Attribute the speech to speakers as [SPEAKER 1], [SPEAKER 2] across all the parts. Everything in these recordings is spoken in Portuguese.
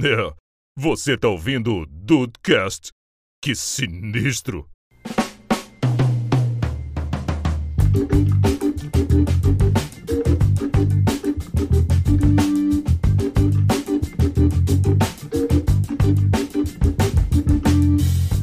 [SPEAKER 1] É, você tá ouvindo o Dudecast? Que sinistro!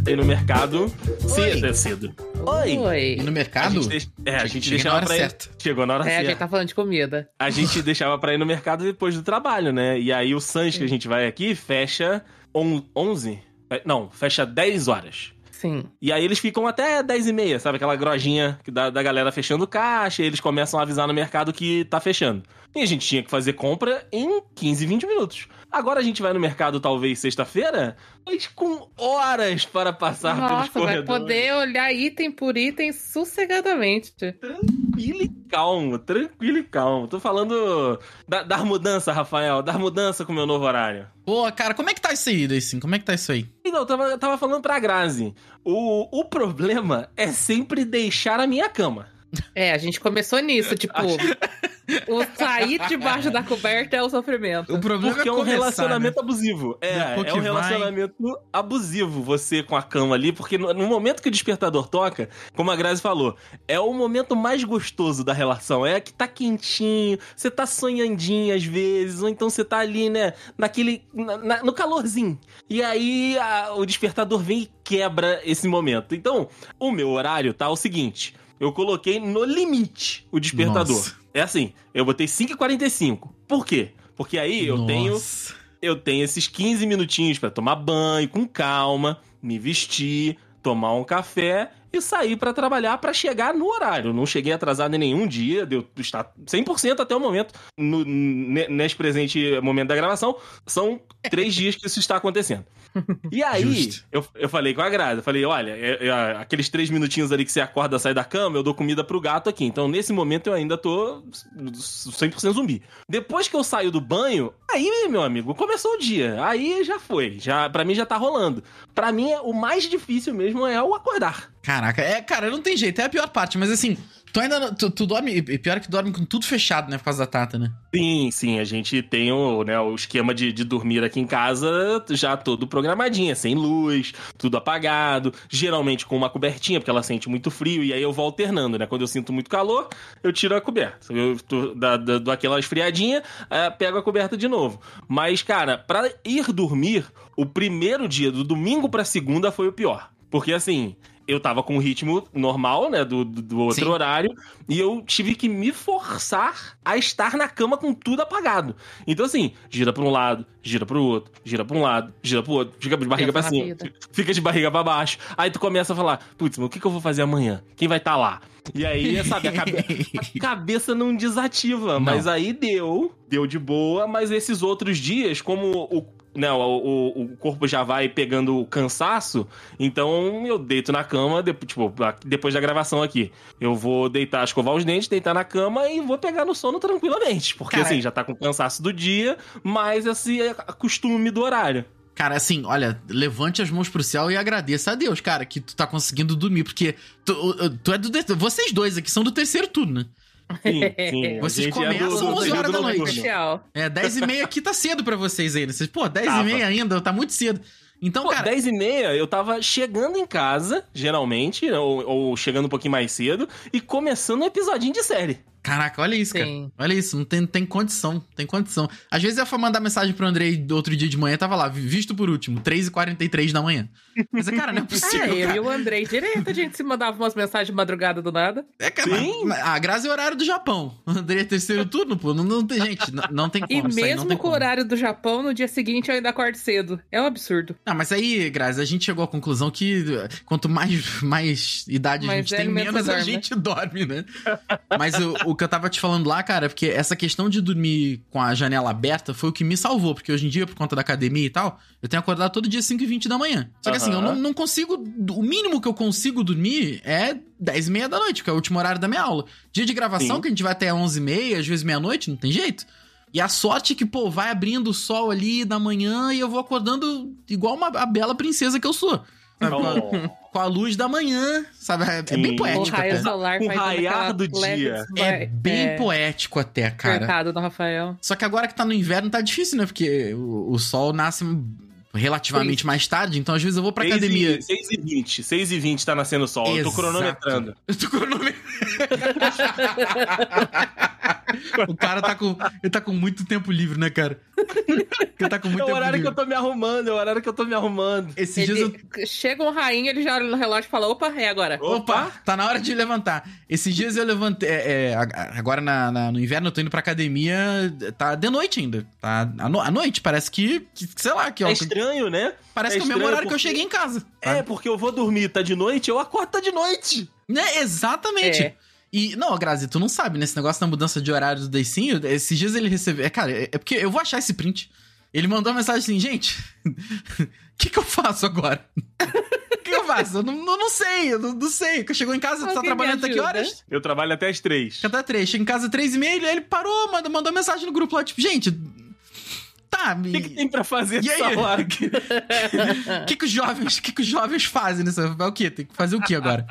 [SPEAKER 2] E no mercado, cedo, é cedo. Oi!
[SPEAKER 3] Oi.
[SPEAKER 4] E no
[SPEAKER 2] A
[SPEAKER 4] mercado?
[SPEAKER 2] gente, deixa- é, a gente
[SPEAKER 4] Cheguei na
[SPEAKER 2] deixava
[SPEAKER 4] hora
[SPEAKER 2] pra ir.
[SPEAKER 4] certa.
[SPEAKER 2] Chegou na hora
[SPEAKER 3] É, a gente
[SPEAKER 2] certa.
[SPEAKER 3] tá falando de comida.
[SPEAKER 2] A gente deixava pra ir no mercado depois do trabalho, né? E aí o Sans que a gente vai aqui fecha on- 11? Fe- Não, fecha 10 horas.
[SPEAKER 3] Sim.
[SPEAKER 2] E aí eles ficam até 10 e meia, sabe? Aquela grojinha que da, da galera fechando caixa, e eles começam a avisar no mercado que tá fechando. E a gente tinha que fazer compra em 15, 20 minutos. Agora a gente vai no mercado talvez sexta-feira, mas com horas para passar pelos
[SPEAKER 3] Nossa, vai
[SPEAKER 2] corredores.
[SPEAKER 3] poder olhar item por item sossegadamente.
[SPEAKER 2] Tranquilo e calmo, tranquilo e calmo. Tô falando da, dar mudança, Rafael, dar mudança com o meu novo horário.
[SPEAKER 4] Pô, cara, como é que tá isso aí, Deicinho? Como é que tá isso aí?
[SPEAKER 2] Então, eu tava, eu tava falando pra Grazi. O, o problema é sempre deixar a minha cama.
[SPEAKER 3] É, a gente começou nisso, tipo, o sair debaixo da coberta é o sofrimento.
[SPEAKER 4] O problema
[SPEAKER 2] Porque é um
[SPEAKER 4] começar,
[SPEAKER 2] relacionamento
[SPEAKER 4] né?
[SPEAKER 2] abusivo. É,
[SPEAKER 4] Depois
[SPEAKER 2] é
[SPEAKER 4] que
[SPEAKER 2] um relacionamento abusivo você com a cama ali, porque no, no momento que o despertador toca, como a Grazi falou, é o momento mais gostoso da relação. É que tá quentinho, você tá sonhandinho às vezes, ou então você tá ali, né, naquele. na- na- no calorzinho. E aí a- o despertador vem e quebra esse momento. Então, o meu horário tá o seguinte: eu coloquei no limite o despertador.
[SPEAKER 4] Nossa.
[SPEAKER 2] É assim, eu botei 5h45. Por quê? Porque aí eu tenho
[SPEAKER 4] Nossa.
[SPEAKER 2] eu tenho esses 15 minutinhos pra tomar banho com calma, me vestir, tomar um café e sair pra trabalhar pra chegar no horário. Eu Não cheguei atrasado em nenhum dia, deu estar 100% até o momento, no, ne- nesse presente momento da gravação, são três dias que isso está acontecendo. E aí,
[SPEAKER 4] Justo.
[SPEAKER 2] eu, eu falei com a Grazi, eu falei, olha, é- é aqueles três minutinhos ali que você acorda, sai da cama, eu dou comida pro gato aqui. Então, nesse momento, eu ainda tô 100% zumbi. Depois que eu saio do banho, aí, meu amigo, começou o dia. Aí já foi. Já para mim já tá rolando. Pra mim é- o mais difícil mesmo é o acordar.
[SPEAKER 4] Caraca, é, cara, não tem jeito, é a pior parte, mas assim, tu ainda não, tu, tu dorme, e pior é que dorme com tudo fechado, né, por causa da Tata, né?
[SPEAKER 2] Sim, sim, a gente tem o, né, o esquema de, de dormir aqui em casa já todo programadinho, é sem luz, tudo apagado, geralmente com uma cobertinha, porque ela sente muito frio, e aí eu vou alternando, né? Quando eu sinto muito calor, eu tiro a coberta. Eu tô- da- da- dou aquela esfriadinha, eh, pego a coberta de novo. Mas, cara, pra ir dormir, o primeiro dia, do domingo pra segunda, foi o pior. Porque assim. Eu tava com o ritmo normal, né? Do, do- do outro
[SPEAKER 4] Sim.
[SPEAKER 2] horário. E eu tive que me forçar a estar na cama com tudo apagado. Então, assim, gira pra um lado, gira pro outro, gira pra um lado, gira pro outro, fica de barriga
[SPEAKER 3] Pensa
[SPEAKER 2] pra
[SPEAKER 3] na
[SPEAKER 2] cima,
[SPEAKER 3] vida.
[SPEAKER 2] fica de barriga pra baixo. Aí tu começa a falar, putz, mas o que, que eu vou fazer amanhã? Quem vai estar lá? E aí, sabe, a, cabe- a cabeça não desativa. Mas aí deu, deu de boa, mas esses outros dias, como o. Não, o, o corpo já vai pegando o cansaço, então eu deito na cama, depois, tipo, depois da gravação aqui. Eu vou deitar, escovar os dentes, deitar na cama e vou pegar no sono tranquilamente. Porque
[SPEAKER 4] Cara,
[SPEAKER 2] assim, já tá com cansaço do dia, mas esse é costume do horário.
[SPEAKER 4] Cara, assim, olha, levante as mãos pro céu e agradeça a Deus, cara, que tu tá conseguindo dormir, porque tu, tu é do, ter- vocês dois aqui são do terceiro turno, né?
[SPEAKER 2] Sim, sim. a
[SPEAKER 4] Vocês
[SPEAKER 2] gente é
[SPEAKER 4] começam
[SPEAKER 2] do- do-
[SPEAKER 4] 11
[SPEAKER 2] do- do
[SPEAKER 4] horas da noite.
[SPEAKER 2] noturno.
[SPEAKER 3] Especial.
[SPEAKER 4] É, 10 e meia aqui tá cedo pra vocês ainda. Vocês, pô, 10
[SPEAKER 2] Tava.
[SPEAKER 4] e meia ainda, tá muito cedo. Então,
[SPEAKER 2] Pô,
[SPEAKER 4] cara,
[SPEAKER 2] 10 e meia, eu tava chegando em casa, geralmente, ou, ou chegando um pouquinho mais cedo, e começando um episodinho de série.
[SPEAKER 4] caraca, olha isso, é cara.
[SPEAKER 3] Sim.
[SPEAKER 4] Olha isso, não tem, não tem condição, não tem condição. Às vezes eu fui mandar mensagem pro Andrei do outro dia de manhã, tava lá, vi- visto por último, 3h43 da manhã. Mas, cara, não é possível.
[SPEAKER 3] Ah, eu
[SPEAKER 4] cara.
[SPEAKER 3] e o Andrei direto, a gente se mandava umas mensagens de madrugada do nada.
[SPEAKER 4] É, cara,
[SPEAKER 2] Sim.
[SPEAKER 4] mas- a Grazi é horário do Japão. O Andrei é terceiro turno, pô. Não, não tem, gente, não, não tem como.
[SPEAKER 3] E
[SPEAKER 4] isso aí não
[SPEAKER 3] mesmo
[SPEAKER 4] tem
[SPEAKER 3] com o
[SPEAKER 4] como.
[SPEAKER 3] horário do Japão, no dia seguinte eu ainda acordo cedo. É um absurdo.
[SPEAKER 4] Não, mas aí, Grazi, a gente chegou à conclusão que uh, quanto mais, mais idade a
[SPEAKER 3] Mais
[SPEAKER 4] gente tem,
[SPEAKER 3] velho, menos
[SPEAKER 4] menos a
[SPEAKER 3] dorme.
[SPEAKER 4] gente dorme, né? mas o, o que eu tava te falando lá, cara, é porque essa questão de dormir com a janela aberta foi o que me salvou, porque hoje em dia, por conta da academia e tal, eu tenho acordado todo dia 5 e 20 da manhã. Só que assim, eu não,
[SPEAKER 2] Aham.
[SPEAKER 4] não consigo. O mínimo que eu consigo dormir é 10 e meia da noite, que é o último horário da minha aula. Dia de gravação,
[SPEAKER 2] Sim.
[SPEAKER 4] que a gente vai até 11 e meia, às vezes meia-noite, não tem jeito. E a sorte é que, pô, vai abrindo o sol ali da manhã e eu vou acordando igual uma a bela princesa que eu sou.
[SPEAKER 2] Então,
[SPEAKER 4] sabe, com, a, com a luz da manhã, sabe? É
[SPEAKER 2] Tá Sim.
[SPEAKER 4] bem
[SPEAKER 3] O
[SPEAKER 4] poético
[SPEAKER 3] raio
[SPEAKER 4] até.
[SPEAKER 3] solar
[SPEAKER 2] O
[SPEAKER 3] faz toda
[SPEAKER 2] raiar
[SPEAKER 3] aquela
[SPEAKER 2] do
[SPEAKER 3] leve
[SPEAKER 2] dia.
[SPEAKER 3] esba-
[SPEAKER 4] É bem poético até, cara.
[SPEAKER 3] Coitado do Rafael.
[SPEAKER 4] Só que agora que tá no inverno tá difícil, né? Porque o, o sol nasce relativamente mais tarde, então às vezes eu vou pra academia.
[SPEAKER 2] 6 e 20. 6 e 20 tá nascendo o sol. Eu tô
[SPEAKER 4] Exato.
[SPEAKER 2] cronometrando.
[SPEAKER 4] Eu tô com o nome. o cara tá com. Ele tá com muito tempo livre, né, cara? Ele tá com muito
[SPEAKER 2] é o
[SPEAKER 4] tempo
[SPEAKER 2] horário
[SPEAKER 4] livre.
[SPEAKER 2] que eu tô me arrumando, é o horário que eu tô me arrumando.
[SPEAKER 4] Esses dias eu
[SPEAKER 3] Ele, Chega um rainha, ele já olha no relógio e fala: opa, é agora.
[SPEAKER 4] Opa, tá na hora de levantar. Esses dias eu levantei. é, é, a- agora na- na- no inverno eu tô indo pra academia. Tá de noite ainda. Tá à, no- à noite. Parece que, que- Sei lá, que ó,
[SPEAKER 2] É estranho, né?
[SPEAKER 4] parece
[SPEAKER 2] é
[SPEAKER 4] que é o mesmo
[SPEAKER 2] estranho
[SPEAKER 4] horário que eu
[SPEAKER 2] porque-
[SPEAKER 4] cheguei em casa.
[SPEAKER 2] É, porque eu vou dormir, tá de noite, eu acordo, tá de noite.
[SPEAKER 4] Né? Exatamente.
[SPEAKER 3] É.
[SPEAKER 4] E, não, Grazi, tu não sabe, né? Esse negócio da mudança de horário do Deicinho, esses dias ele recebeu. É, cara, é é porque eu vou achar esse print. Ele mandou uma mensagem assim, gente, o que, que eu faço agora? O que eu faço? Eu não, não, não sei, eu não, não sei. Chegou em casa, tu
[SPEAKER 3] Alguém
[SPEAKER 4] tá
[SPEAKER 3] me
[SPEAKER 4] trabalhando até que
[SPEAKER 3] ajuda?
[SPEAKER 4] horas?
[SPEAKER 2] Eu trabalho até as três.
[SPEAKER 4] Cadê a três? Chega em casa três e meia, ele- ele parou, mandou, mandou mensagem no grupo lá, tipo, gente. Tá,
[SPEAKER 2] O que, que
[SPEAKER 4] me-
[SPEAKER 2] tem pra fazer
[SPEAKER 4] E aí?
[SPEAKER 2] nessa hora? Que-
[SPEAKER 4] o que, que os jovens, o que, que os jovens fazem nessa? É o quê? Tem que fazer o quê agora?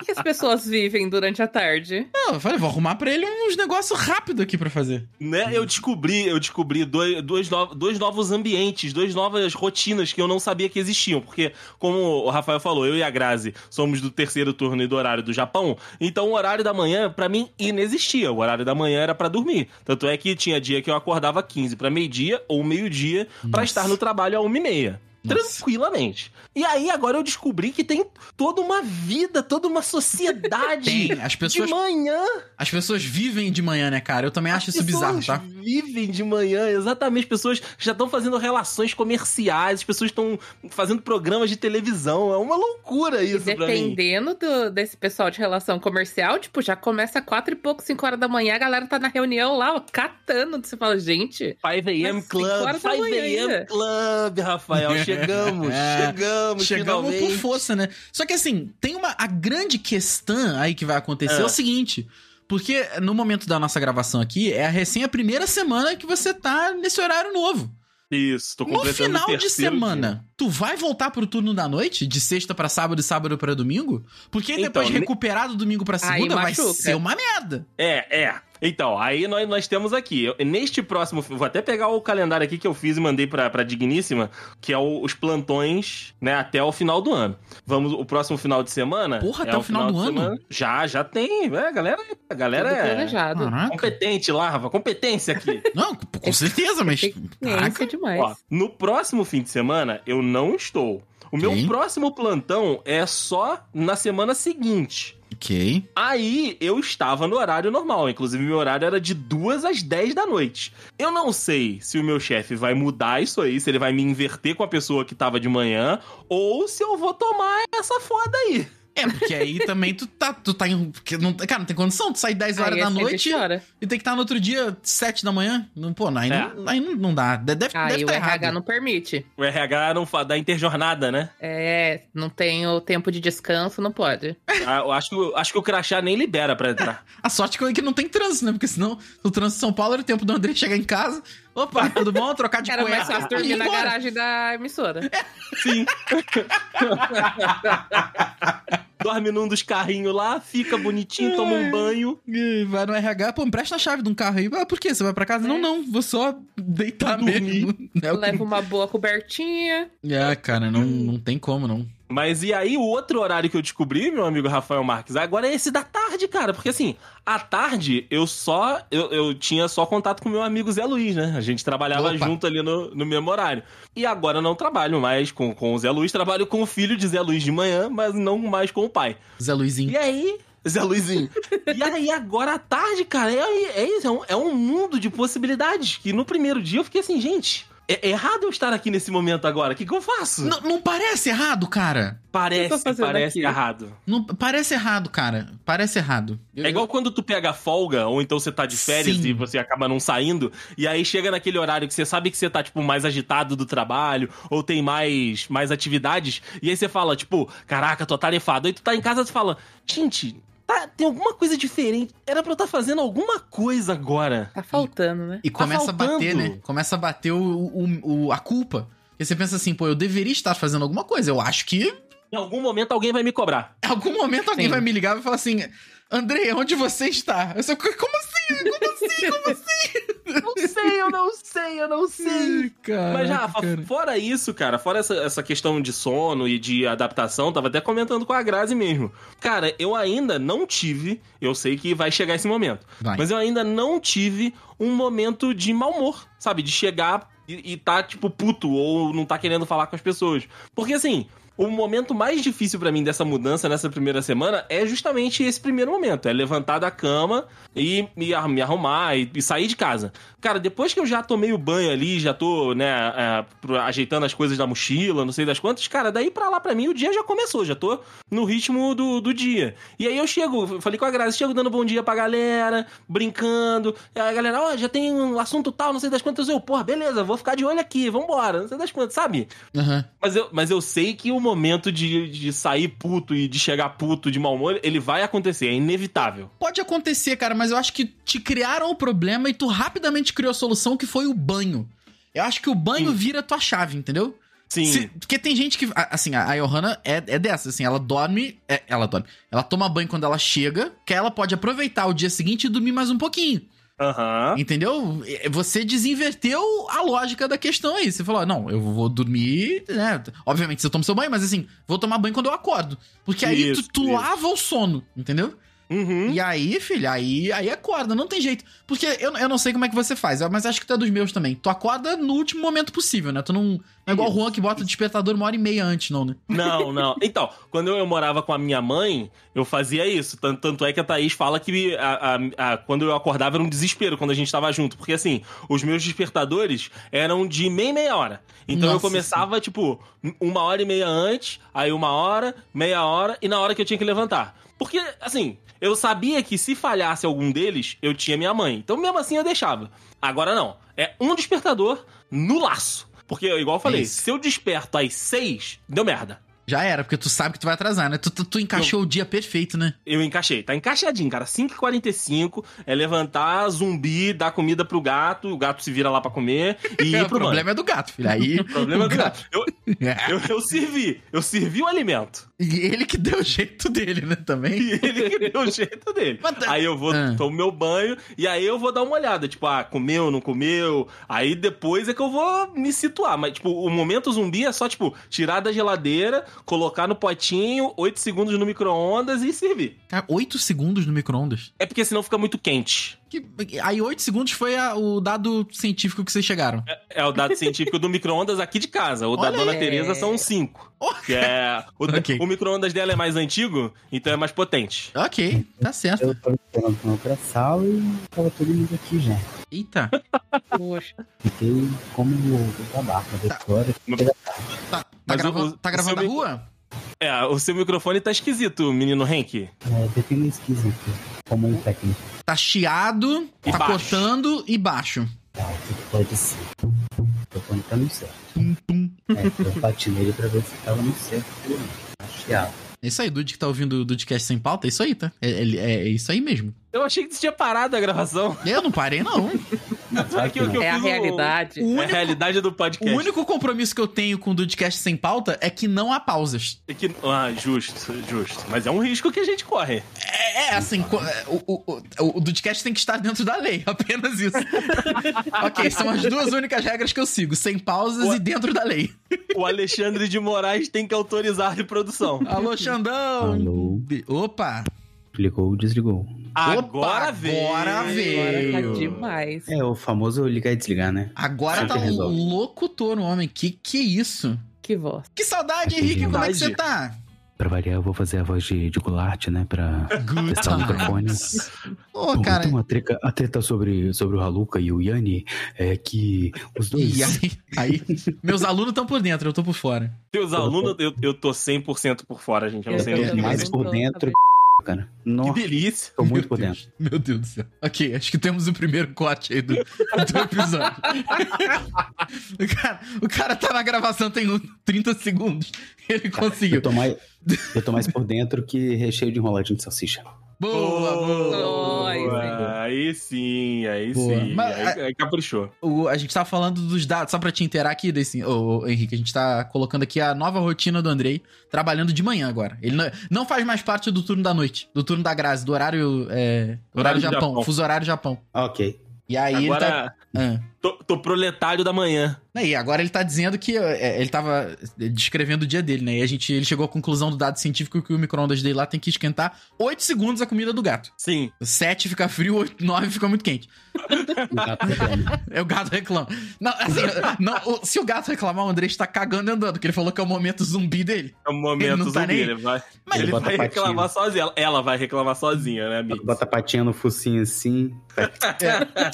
[SPEAKER 3] O que as pessoas vivem durante a tarde?
[SPEAKER 4] Não, eu falei, vou arrumar pra ele uns negócios rápido aqui pra fazer.
[SPEAKER 2] Né? Eu descobri, eu descobri dois, dois, no- dois novos ambientes, duas novas rotinas que eu não sabia que existiam. Porque, como o Rafael falou, eu e a Grazi somos do terceiro turno e do horário do Japão. Então o horário da manhã, pra mim, inexistia. O horário da manhã era pra dormir. Tanto é que tinha dia que eu acordava 15 pra meio-dia ou meio-dia pra
[SPEAKER 4] Nossa.
[SPEAKER 2] estar no trabalho a 1 e meia.
[SPEAKER 4] Nossa.
[SPEAKER 2] Tranquilamente. E aí, agora eu descobri que tem toda uma vida, toda uma sociedade.
[SPEAKER 4] Tem, as
[SPEAKER 2] De
[SPEAKER 4] pessoas,
[SPEAKER 2] manhã,
[SPEAKER 4] as pessoas vivem de manhã, né, cara? Eu também acho isso bizarro,
[SPEAKER 2] pessoas
[SPEAKER 4] tá?
[SPEAKER 2] vivem de manhã, exatamente. Pessoas já estão fazendo relações comerciais, as pessoas estão fazendo programas de televisão. É uma loucura isso pra mim.
[SPEAKER 3] Dependendo do- desse pessoal de relação comercial, tipo, já começa quatro e pouco, cinco horas da manhã, a galera tá na reunião lá, ó, catando. Você fala, gente,
[SPEAKER 2] 5 a.m.
[SPEAKER 3] Mas cinco
[SPEAKER 2] Club,
[SPEAKER 3] horas da
[SPEAKER 2] 5
[SPEAKER 3] manhã
[SPEAKER 2] a.m.
[SPEAKER 3] ainda.
[SPEAKER 2] Club, Rafael. Chegamos,
[SPEAKER 4] É,
[SPEAKER 2] chegamos,
[SPEAKER 4] Chegamos
[SPEAKER 2] finalmente.
[SPEAKER 4] por força, né? Só que assim, tem uma. A grande questão aí que vai acontecer é,
[SPEAKER 2] Ah.
[SPEAKER 4] o seguinte. Porque no momento da nossa gravação aqui, é a recém a primeira semana que você tá nesse horário novo.
[SPEAKER 2] Isso, tô
[SPEAKER 4] No
[SPEAKER 2] completando o
[SPEAKER 4] final de
[SPEAKER 2] terceiro
[SPEAKER 4] semana, tu vai voltar pro turno da noite? De sexta pra sábado e sábado pra domingo? Porque
[SPEAKER 2] Então,
[SPEAKER 4] depois de
[SPEAKER 2] ne-
[SPEAKER 4] recuperar do domingo pra
[SPEAKER 3] Aí
[SPEAKER 4] segunda vai
[SPEAKER 3] machuca.
[SPEAKER 4] ser uma merda.
[SPEAKER 2] É, é. Então, aí nós, nós temos aqui, eu- neste próximo. Vou até pegar o calendário aqui que eu fiz e mandei pra, pra Digníssima, que é o- os plantões, né, até o final do ano. Vamos, o próximo final de semana.
[SPEAKER 4] Porra,
[SPEAKER 2] é
[SPEAKER 4] até o final do
[SPEAKER 2] de
[SPEAKER 4] ano?
[SPEAKER 2] semana. Já, já tem. É, a galera, a galera
[SPEAKER 3] tudo
[SPEAKER 2] é
[SPEAKER 3] planejado.
[SPEAKER 4] Caraca.
[SPEAKER 2] competente lá, Rafa. Competência aqui.
[SPEAKER 4] Não, com com certeza, mas.
[SPEAKER 3] Caraca.
[SPEAKER 4] Caraca.
[SPEAKER 3] demais.
[SPEAKER 2] Ó, no próximo fim de semana, eu não estou. O meu
[SPEAKER 4] Sim.
[SPEAKER 2] próximo plantão é só na semana seguinte.
[SPEAKER 4] Ok.
[SPEAKER 2] Aí eu estava no horário normal, inclusive meu horário era de 2 às 10 da noite. Eu não sei se o meu chefe vai mudar isso aí, se ele vai me inverter com a pessoa que tava de manhã, ou se eu vou tomar essa foda aí.
[SPEAKER 4] É, porque aí também tu tá. Tu tá em. porque Não, cara, não tem condição. Tu sai 10 horas
[SPEAKER 3] Aí
[SPEAKER 4] da
[SPEAKER 3] é
[SPEAKER 4] noite
[SPEAKER 3] 120 horas.
[SPEAKER 4] e tem que estar no outro dia 7 da manhã. Não, pô, não, aí,
[SPEAKER 2] É.
[SPEAKER 4] não, aí não- não dá. De- Deve,
[SPEAKER 3] Aí
[SPEAKER 4] deve
[SPEAKER 3] Ah, o
[SPEAKER 4] tá
[SPEAKER 3] RH
[SPEAKER 4] errado.
[SPEAKER 3] não permite.
[SPEAKER 2] O RH não um fa- dá interjornada, né?
[SPEAKER 3] É, não tem o tempo de descanso, não pode.
[SPEAKER 2] Ah, eu acho, que- acho que o crachá nem libera pra entrar.
[SPEAKER 4] A sorte é que não tem trânsito, né? Porque senão, no trânsito de São Paulo, era o tempo do André chegar em casa. Opa, tudo bom? Trocar de
[SPEAKER 3] Era mais
[SPEAKER 4] cueca
[SPEAKER 3] fácil
[SPEAKER 4] e ir
[SPEAKER 3] dormir na
[SPEAKER 4] embora.
[SPEAKER 3] garagem da emissora.
[SPEAKER 2] Sim. Dorme num dos carrinhos lá, fica bonitinho, toma um banho.
[SPEAKER 4] Ih, Vai no RH, pô, me presta a chave de um carro aí. Ah, por quê? Você vai pra casa?
[SPEAKER 3] É.
[SPEAKER 4] Não, não, vou só deitar
[SPEAKER 2] Dormir.
[SPEAKER 4] mesmo. É, o
[SPEAKER 3] Leva uma boa cobertinha.
[SPEAKER 4] que- É, cara, não, não tem como, não.
[SPEAKER 2] Mas e aí, o outro horário que eu descobri, meu amigo Rafael Marques, agora é esse da tarde, cara. Porque assim, à tarde eu só. Eu, eu tinha só contato com meu amigo Zé Luiz, né? A gente trabalhava
[SPEAKER 4] Opa.
[SPEAKER 2] junto ali no, no mesmo horário. E agora eu não trabalho mais com, com o Zé Luiz, trabalho com o filho de Zé Luiz de manhã, mas não mais com o pai.
[SPEAKER 4] Zé Luizinho.
[SPEAKER 2] E aí. Zé Luizinho. e aí, agora à tarde, cara, é, é, isso, é um, é um mundo de possibilidades. Que no primeiro dia eu fiquei assim, gente, é, é errado eu estar aqui nesse momento agora. O que, que eu faço?
[SPEAKER 4] Não, não parece errado, cara?
[SPEAKER 2] Parece,
[SPEAKER 3] O que eu tô fazendo
[SPEAKER 2] parece
[SPEAKER 3] aqui?
[SPEAKER 2] errado.
[SPEAKER 4] Não, parece errado, cara. Parece errado.
[SPEAKER 2] É igual quando tu pega folga, ou então você tá de férias
[SPEAKER 4] Sim.
[SPEAKER 2] e você acaba não saindo, e aí chega naquele horário que você sabe que você tá, tipo, mais agitado do trabalho, ou tem mais, mais atividades, e aí você fala, tipo, caraca, tô atarefado. Aí tu tá em casa e tu fala, gente, tá, tem alguma coisa diferente, era pra eu tá fazendo alguma coisa agora.
[SPEAKER 3] Tá faltando, né?
[SPEAKER 4] E
[SPEAKER 2] Tá
[SPEAKER 4] começa a bater,
[SPEAKER 2] faltando.
[SPEAKER 4] né? Começa a bater o, o- o- a culpa. E você pensa assim, pô, eu deveria estar fazendo alguma coisa. Eu acho que
[SPEAKER 2] Em algum momento alguém vai me cobrar.
[SPEAKER 4] Em algum momento alguém
[SPEAKER 3] Sim.
[SPEAKER 4] vai me ligar e vai falar assim: Andrei, onde você está? Eu sou, como assim? Como assim? Como assim?
[SPEAKER 2] Não sei, eu não sei, eu não sei.
[SPEAKER 4] Caraca,
[SPEAKER 2] Mas, Rafa,
[SPEAKER 4] cara.
[SPEAKER 2] fora isso, cara, fora essa, essa questão de sono e de adaptação, tava até comentando com a Grazi mesmo. Cara, eu ainda não tive, eu sei que vai chegar esse momento,
[SPEAKER 4] Vai.
[SPEAKER 2] mas eu ainda não tive um momento de mau humor, sabe? De chegar e, e tá, tipo, puto ou não tá querendo falar com as pessoas. Porque, assim, o momento mais difícil pra mim dessa mudança nessa primeira semana é justamente esse primeiro momento. É levantar da cama e me, ar- me arrumar e, e sair de casa. Cara, depois que eu já tomei o banho ali, já tô, né, é, pro- ajeitando as coisas da mochila, não sei das quantas, cara, daí pra lá pra mim o dia já começou, já tô no ritmo do, do dia. E aí eu chego, falei com a Grazi, chego dando bom dia pra galera, brincando. A galera, ó, já tem um assunto tal, não sei das quantas. Eu, porra, beleza, vou ficar de olho aqui, vambora, não sei das quantas, sabe?
[SPEAKER 4] Aham.
[SPEAKER 2] Mas eu, mas eu sei que o momento de, de sair puto e de chegar puto de mau humor, ele vai acontecer, é inevitável.
[SPEAKER 4] Pode acontecer, cara, mas eu acho que te criaram o problema e tu rapidamente criou a solução que foi o banho. Eu acho que o banho
[SPEAKER 2] Sim.
[SPEAKER 4] vira tua chave, entendeu?
[SPEAKER 2] Sim.
[SPEAKER 4] Se- porque tem gente que. a- Assim, a a Johanna é, é dessa, assim, ela dorme. é- ela dorme. Ela toma banho quando ela chega, que aí ela pode aproveitar o dia seguinte e dormir mais um pouquinho.
[SPEAKER 2] Aham.
[SPEAKER 4] Entendeu? É, Você desinverteu a lógica da questão aí. Você falou, ah, não, eu vou dormir, né? Obviamente você toma seu banho, mas assim, vou tomar banho quando eu acordo. Porque aí
[SPEAKER 2] Isso,
[SPEAKER 4] tu, tu
[SPEAKER 2] isso.
[SPEAKER 4] lava o sono, entendeu?
[SPEAKER 2] Uhum.
[SPEAKER 4] E aí, filho, aí, aí acorda, não tem jeito. Porque eu, eu não sei como é que você faz, mas acho que tu é dos meus também. Tu acorda no último momento possível, né? Tu não. Não é igual o Juan que bota o despertador uma hora e meia antes, não, né?
[SPEAKER 2] Não, não. Então, quando eu morava com a minha mãe, eu fazia isso. Tan- Tanto, é que a Thaís fala que a- a- a- quando eu acordava era um desespero quando a gente tava junto. Porque assim, os meus despertadores eram de meia e meia hora. Então eu
[SPEAKER 4] Nossa
[SPEAKER 2] começava, tipo, uma hora e meia antes, aí uma hora, meia hora, e na hora que eu tinha que levantar. Porque, assim, eu sabia que se falhasse algum deles, eu tinha minha mãe. Então, mesmo assim, eu deixava. Agora não. É um despertador no laço. Porque, igual eu falei,
[SPEAKER 4] Isso.
[SPEAKER 2] se eu desperto às seis, deu merda.
[SPEAKER 4] Já era, porque tu sabe que tu vai atrasar, né? Tu, tu, tu encaixou o dia perfeito, né?
[SPEAKER 2] Eu encaixei, tá encaixadinho, cara. 5h45 é levantar, zumbi, dar comida pro gato, o gato se vira lá pra comer e ir
[SPEAKER 4] o
[SPEAKER 2] pro banho.
[SPEAKER 4] problema é do gato, filho. Aí.
[SPEAKER 2] O problema é do gato. Eu,
[SPEAKER 4] É.
[SPEAKER 2] eu, eu servi, eu servi o alimento.
[SPEAKER 4] E ele que deu o jeito dele, né? Também.
[SPEAKER 2] E ele que deu o jeito dele.
[SPEAKER 4] Mas tá-
[SPEAKER 2] Aí eu vou,
[SPEAKER 4] Ah.
[SPEAKER 2] tomo meu banho e aí eu vou dar uma olhada, tipo, ah, comeu, não comeu. Aí depois é que eu vou me situar. Mas, tipo, o momento zumbi é só, tipo, tirar da geladeira, colocar no potinho, 8 segundos no micro-ondas e servir.
[SPEAKER 4] é, Cara, 8 segundos no micro-ondas?
[SPEAKER 2] É porque senão fica muito quente.
[SPEAKER 4] Que- Aí 8 segundos foi a- o dado científico que vocês chegaram.
[SPEAKER 2] É o dado científico do micro-ondas aqui de casa. O da
[SPEAKER 4] Olha
[SPEAKER 2] Dona
[SPEAKER 4] aí.
[SPEAKER 2] Tereza são cinco.
[SPEAKER 4] Oh,
[SPEAKER 2] Que é, o
[SPEAKER 4] Ok.
[SPEAKER 2] o micro-ondas dela é mais antigo, então é mais potente.
[SPEAKER 4] Ok, tá certo.
[SPEAKER 5] Eu tava esperando tomar pra sala e tava todo mundo aqui já.
[SPEAKER 4] Eita. tá
[SPEAKER 3] Poxa.
[SPEAKER 5] Fiquei como o tabaco, a vitória.
[SPEAKER 4] Tá, tá
[SPEAKER 2] Mas
[SPEAKER 4] grava-
[SPEAKER 2] o- o-
[SPEAKER 4] tá
[SPEAKER 2] o
[SPEAKER 4] gravando
[SPEAKER 2] seu
[SPEAKER 4] a
[SPEAKER 2] mic-
[SPEAKER 4] rua?
[SPEAKER 2] É, o seu microfone tá esquisito, menino Henk.
[SPEAKER 5] É, defino esquisito, como um técnico.
[SPEAKER 4] Tá chiado,
[SPEAKER 2] E
[SPEAKER 4] tá
[SPEAKER 2] baixo.
[SPEAKER 4] cortando e baixo.
[SPEAKER 5] Tá, o que pode ser? Tô contando certo.
[SPEAKER 4] Pum, pum.
[SPEAKER 5] É, eu bati nele pra ver se tava no certo. pelo menos. Achei
[SPEAKER 4] É isso aí, Dude que tá ouvindo o Dudcast sem pauta, é isso aí, tá? É, é- é isso aí mesmo.
[SPEAKER 2] Eu achei que você tinha parado a gravação.
[SPEAKER 4] Eu não parei, não.
[SPEAKER 5] Sabe que
[SPEAKER 2] que
[SPEAKER 5] não. né?
[SPEAKER 2] Eu
[SPEAKER 3] É a
[SPEAKER 2] fiz o-
[SPEAKER 3] realidade.
[SPEAKER 4] O
[SPEAKER 2] É a
[SPEAKER 4] único,
[SPEAKER 2] realidade do
[SPEAKER 4] o
[SPEAKER 2] podcast.
[SPEAKER 4] único compromisso que eu tenho com o Dudcast sem pauta é que não há pausas.
[SPEAKER 2] É que- ah, justo, justo. Mas é um risco que a gente corre.
[SPEAKER 4] É, é, assim, co- é, o, o, o, o Dudcast tem que estar dentro da lei, apenas isso. ok, são as duas únicas regras que eu sigo: sem pausas
[SPEAKER 2] Ué.
[SPEAKER 4] e dentro da lei.
[SPEAKER 2] O Alexandre de Moraes tem que autorizar a reprodução.
[SPEAKER 4] Alô, Xandão!
[SPEAKER 5] Alô.
[SPEAKER 4] Be- Opa!
[SPEAKER 5] Ligou, desligou.
[SPEAKER 2] Agora veio.
[SPEAKER 4] agora veio.
[SPEAKER 3] Agora tá demais.
[SPEAKER 5] É o famoso ligar e desligar, né?
[SPEAKER 4] Agora
[SPEAKER 5] Sempre
[SPEAKER 4] tá um
[SPEAKER 5] resolve.
[SPEAKER 4] locutor, homem. Que que isso?
[SPEAKER 3] Que voz.
[SPEAKER 4] Que saudade, Henrique. Como é que você tá?
[SPEAKER 5] Pra variar, eu vou fazer a voz de, de Goulart, né? Pra
[SPEAKER 4] Good
[SPEAKER 5] testar o microfone.
[SPEAKER 4] Ô,
[SPEAKER 5] Bom,
[SPEAKER 4] cara.
[SPEAKER 5] Então, a treta, a treta sobre, sobre o Haluka e o Yanni é que os dois.
[SPEAKER 4] E aí, aí, meus alunos estão por dentro, eu tô por fora.
[SPEAKER 2] Seus alunos, eu, eu tô 100% por fora, gente. Eu não
[SPEAKER 3] É, Eu
[SPEAKER 2] sei
[SPEAKER 5] tô
[SPEAKER 4] É,
[SPEAKER 2] nem o que
[SPEAKER 5] mais
[SPEAKER 2] vocês-
[SPEAKER 5] por
[SPEAKER 3] tô
[SPEAKER 5] dentro, cara.
[SPEAKER 2] Que
[SPEAKER 5] Nossa,
[SPEAKER 2] delícia.
[SPEAKER 5] tô muito
[SPEAKER 4] Meu
[SPEAKER 5] por dentro.
[SPEAKER 4] Deus, Meu Deus do céu. Ok, acho que temos o primeiro corte aí do, do episódio. o, cara, o cara tá na gravação tem um- 30 segundos. Ele conseguiu.
[SPEAKER 5] Eu tô, mais, eu tô mais por dentro que recheio de enroladinho de salsicha.
[SPEAKER 4] Boa, boa.
[SPEAKER 3] Oi.
[SPEAKER 4] entendeu?
[SPEAKER 2] aí sim, aí
[SPEAKER 4] Boa.
[SPEAKER 2] sim.
[SPEAKER 4] Mas,
[SPEAKER 2] aí, aí caprichou.
[SPEAKER 4] O- a gente tá falando dos dados, só pra te inteirar aqui, desse, ô, ô, Henrique, a gente tá colocando aqui a nova rotina do Andrei, trabalhando de manhã agora. Ele não, não faz mais parte do turno da noite, do turno da Grazi, do horário. É,
[SPEAKER 2] Horário
[SPEAKER 4] horário Japão,
[SPEAKER 2] Japão.
[SPEAKER 4] fuso horário Japão.
[SPEAKER 6] Ok.
[SPEAKER 4] E aí ele tá.
[SPEAKER 2] Agora,
[SPEAKER 4] Ah.
[SPEAKER 2] tô, tô proletário da manhã.
[SPEAKER 4] Aí, agora ele tá dizendo que é, ele tava descrevendo o dia dele, né? E a gente, ele chegou à conclusão do dado científico que o micro-ondas dele lá tem que esquentar 8 segundos a comida do gato.
[SPEAKER 2] Sim.
[SPEAKER 4] 7 fica frio, 8, 9 fica muito quente. É o gato reclama. Não, assim, não, o- se o gato reclamar, o André está cagando e andando, porque ele falou que é o momento zumbi dele.
[SPEAKER 2] É o
[SPEAKER 4] Ele
[SPEAKER 2] momento
[SPEAKER 4] não tá
[SPEAKER 2] zumbi,
[SPEAKER 4] nem-
[SPEAKER 2] ele vai,
[SPEAKER 4] Mas
[SPEAKER 2] ele
[SPEAKER 6] bota
[SPEAKER 2] vai
[SPEAKER 6] patinho.
[SPEAKER 2] reclamar sozinho. Ela, ela vai reclamar sozinha, né, amigo?
[SPEAKER 6] Bota a patinha no focinho assim.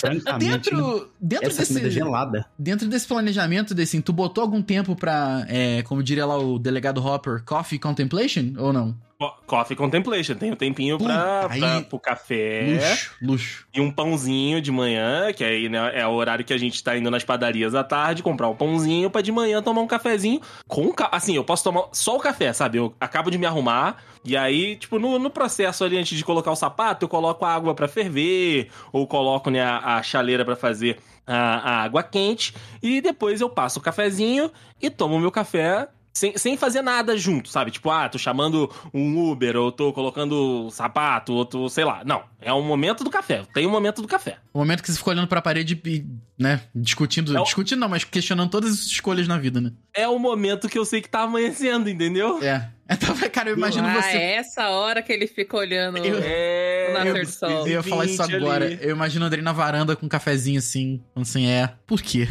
[SPEAKER 6] Francamente,
[SPEAKER 4] Dentro, dentro,
[SPEAKER 6] essa comida é
[SPEAKER 4] desse,
[SPEAKER 6] gelada.
[SPEAKER 4] dentro desse planejamento, desse, tu botou algum tempo pra, é, como diria lá o delegado Hopper, coffee contemplation ou não?
[SPEAKER 2] Co- Coffee Contemplation, tem um tempinho
[SPEAKER 4] Pum,
[SPEAKER 2] pra,
[SPEAKER 4] aí-
[SPEAKER 2] pra- pro
[SPEAKER 6] É.
[SPEAKER 2] café
[SPEAKER 4] Luxo, luxo.
[SPEAKER 2] e um pãozinho de manhã, que aí né, é o horário que a gente tá indo nas padarias à tarde, comprar um pãozinho pra de manhã tomar um cafezinho com ca- assim, eu posso tomar só o café, sabe? Eu acabo de me arrumar e aí, tipo, no, no processo ali antes de colocar o sapato, eu coloco a água pra ferver ou coloco né, a, a chaleira pra fazer a, a água quente e depois eu passo o cafezinho e tomo meu café sem, sem fazer nada junto, sabe? Tipo, ah, tô chamando um Uber, ou tô colocando um sapato, ou tô, sei lá. Não, é o momento do café. Tem o momento do café.
[SPEAKER 4] O momento que você ficou olhando pra parede e, né, discutindo,
[SPEAKER 2] É o-
[SPEAKER 4] discutindo não, mas questionando todas as escolhas na vida, né?
[SPEAKER 2] É o momento que eu sei que tá amanhecendo, entendeu?
[SPEAKER 4] É. Então, cara, eu imagino
[SPEAKER 3] ah,
[SPEAKER 4] você...
[SPEAKER 3] é essa hora que ele fica olhando.
[SPEAKER 4] Eu-
[SPEAKER 2] É.
[SPEAKER 3] O nascer do sol.
[SPEAKER 4] Eu ia falar isso
[SPEAKER 2] 20
[SPEAKER 4] agora.
[SPEAKER 2] ali.
[SPEAKER 4] Eu imagino o Andrei na varanda com um cafezinho assim. falando Assim, é. Por quê?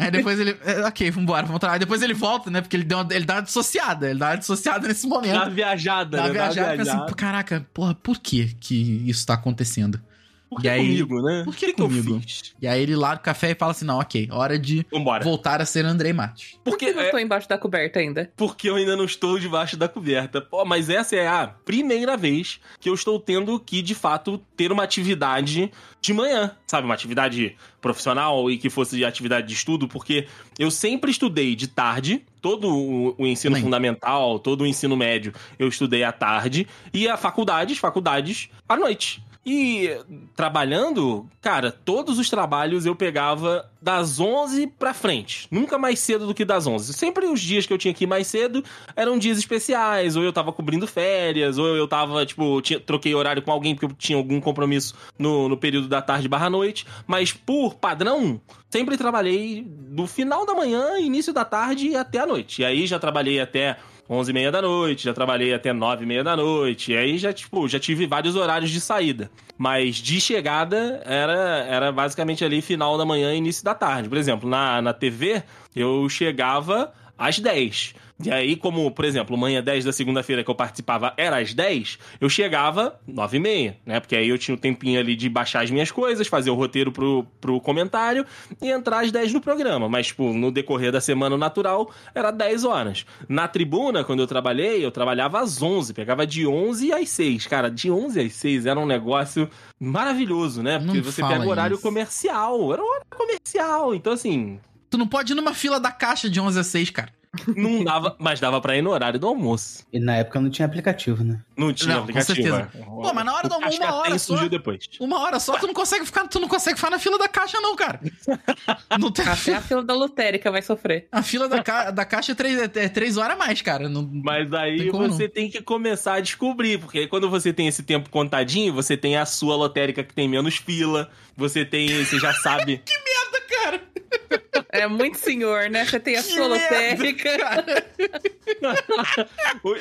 [SPEAKER 4] Aí depois ele. é, Ok, vambora, vamos trabalhar. Depois ele volta, né? Porque ele, deu uma- ele dá uma dissociada. Ele dá uma dissociada nesse
[SPEAKER 2] Dá
[SPEAKER 4] momento.
[SPEAKER 2] viajada,
[SPEAKER 4] É. Dá uma
[SPEAKER 2] né?
[SPEAKER 4] viajada e
[SPEAKER 2] Dá
[SPEAKER 4] pensa assim, "Pô, caraca, porra, por que que isso tá acontecendo?
[SPEAKER 2] Por que
[SPEAKER 4] E aí-
[SPEAKER 2] comigo, né?
[SPEAKER 4] Por que
[SPEAKER 2] eu
[SPEAKER 4] comigo?
[SPEAKER 2] fiz?
[SPEAKER 4] E aí ele larga o café e fala assim: não, ok, hora de
[SPEAKER 2] Vambora.
[SPEAKER 4] voltar a ser Andrei Matos.
[SPEAKER 3] Por
[SPEAKER 2] Porque,
[SPEAKER 3] que eu não
[SPEAKER 2] é,
[SPEAKER 3] tô embaixo da coberta ainda?
[SPEAKER 2] porque eu ainda não estou debaixo da coberta. Pô, mas essa é a primeira vez que eu estou tendo que, de fato, ter uma atividade de manhã, sabe? Uma atividade profissional e que fosse de atividade de estudo, porque eu sempre estudei de tarde, todo o, o ensino
[SPEAKER 4] Bem.
[SPEAKER 2] fundamental, todo o ensino médio, eu estudei à tarde, e a faculdades, faculdades à noite. E trabalhando, cara, todos os trabalhos eu pegava das 11 pra frente. Nunca mais cedo do que das 11. Sempre os dias que eu tinha que ir mais cedo eram dias especiais, ou eu tava cobrindo férias, ou eu tava, tipo, tinha- troquei horário com alguém porque eu tinha algum compromisso no, no período da tarde barra noite. Mas por padrão, sempre trabalhei do final da manhã, início da tarde até a noite. E aí já trabalhei até 11 e meia da noite, já trabalhei até 9 e meia da noite. E aí já, tipo, já tive vários horários de saída. Mas de chegada era, era basicamente ali final da manhã e início da tarde. Por exemplo, na, na TV eu chegava às 10. E aí, como, por exemplo, manhã 10 da segunda-feira que eu participava era às 10, eu chegava 9 e meia, né? Porque aí eu tinha o tempinho ali de baixar as minhas coisas, fazer o roteiro pro, pro comentário e entrar às 10 no programa. Mas, tipo, no decorrer da semana natural, era 10 horas. Na tribuna, quando eu trabalhei, eu trabalhava às 11, pegava de 11 às 6. Cara, de 11 às 6 era um negócio maravilhoso, né? Porque
[SPEAKER 4] Não
[SPEAKER 2] você
[SPEAKER 4] fala
[SPEAKER 2] pega o horário
[SPEAKER 4] isso.
[SPEAKER 2] comercial, era o horário comercial. Então, assim,
[SPEAKER 4] Tu não pode ir numa fila da caixa de 11 a 6, cara.
[SPEAKER 2] não dava, mas dava pra ir no horário do almoço.
[SPEAKER 6] E na época não tinha aplicativo, né?
[SPEAKER 2] Não tinha
[SPEAKER 4] Não, com
[SPEAKER 2] aplicativo.
[SPEAKER 4] certeza.
[SPEAKER 2] é.
[SPEAKER 4] Pô, mas na hora
[SPEAKER 2] O
[SPEAKER 4] do almoço, uma
[SPEAKER 2] Cascatem
[SPEAKER 4] hora só.
[SPEAKER 2] surgiu depois.
[SPEAKER 4] Uma hora só, tu não consegue ficar, tu não consegue ficar na fila da caixa, não, cara. Não tem
[SPEAKER 3] Até é a fila da lotérica vai sofrer.
[SPEAKER 4] A fila da, ca- da caixa é três, é três horas a mais, cara. Não...
[SPEAKER 2] Mas
[SPEAKER 4] Tem
[SPEAKER 2] aí
[SPEAKER 4] como
[SPEAKER 2] você tem que começar a descobrir, porque aí quando você tem esse tempo contadinho, você tem a sua lotérica que tem menos fila, você tem, você já sabe.
[SPEAKER 4] Cara,
[SPEAKER 3] É muito senhor, né? Você tem a
[SPEAKER 4] Que
[SPEAKER 3] sua
[SPEAKER 4] merda,
[SPEAKER 3] lotérica.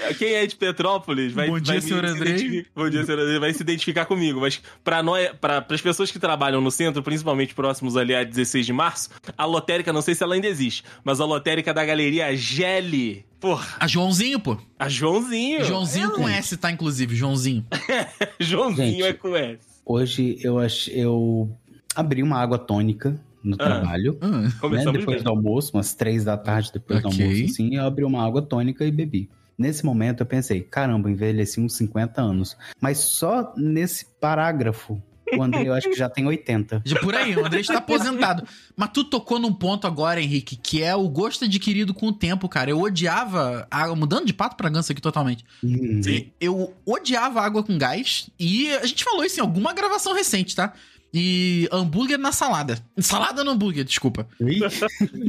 [SPEAKER 2] Quem é de Petrópolis vai,
[SPEAKER 4] Bom dia,
[SPEAKER 2] vai
[SPEAKER 4] senhor
[SPEAKER 2] se
[SPEAKER 4] Andrei.
[SPEAKER 2] identifi- Bom dia, senhor Andrei, vai se identificar comigo, mas para nós, para as pessoas que trabalham no centro, principalmente próximos ali a 16 de março, a lotérica, não sei se ela ainda existe, mas a lotérica da galeria Gele. Porra,
[SPEAKER 4] A Ah, Joãozinho, pô.
[SPEAKER 2] a Joãozinho.
[SPEAKER 4] Joãozinho com S, tá, inclusive. Joãozinho.
[SPEAKER 2] Joãozinho
[SPEAKER 6] Gente.
[SPEAKER 2] é com S.
[SPEAKER 6] Hoje eu, ach... eu abri uma água tônica no trabalho.
[SPEAKER 4] Ah,
[SPEAKER 6] Né?
[SPEAKER 2] Começamos
[SPEAKER 6] Depois
[SPEAKER 2] bem.
[SPEAKER 6] do almoço, umas três da tarde depois do
[SPEAKER 4] Ok.
[SPEAKER 6] almoço, assim, eu abri uma água tônica e bebi. Nesse momento eu pensei, caramba, envelheci uns 50 anos. Mas só nesse parágrafo O André, eu acho que já tem 80.
[SPEAKER 4] Já por aí, o André está aposentado. Mas tu tocou num ponto agora, Henrique, que é o gosto adquirido com o tempo, cara. Eu odiava. A... Mudando de pato pra ganso aqui totalmente.
[SPEAKER 6] Hum.
[SPEAKER 2] Sim.
[SPEAKER 4] Eu odiava água com gás. E a gente falou isso em alguma gravação recente, tá? E hambúrguer na salada. Salada no hambúrguer, desculpa.
[SPEAKER 6] Ih,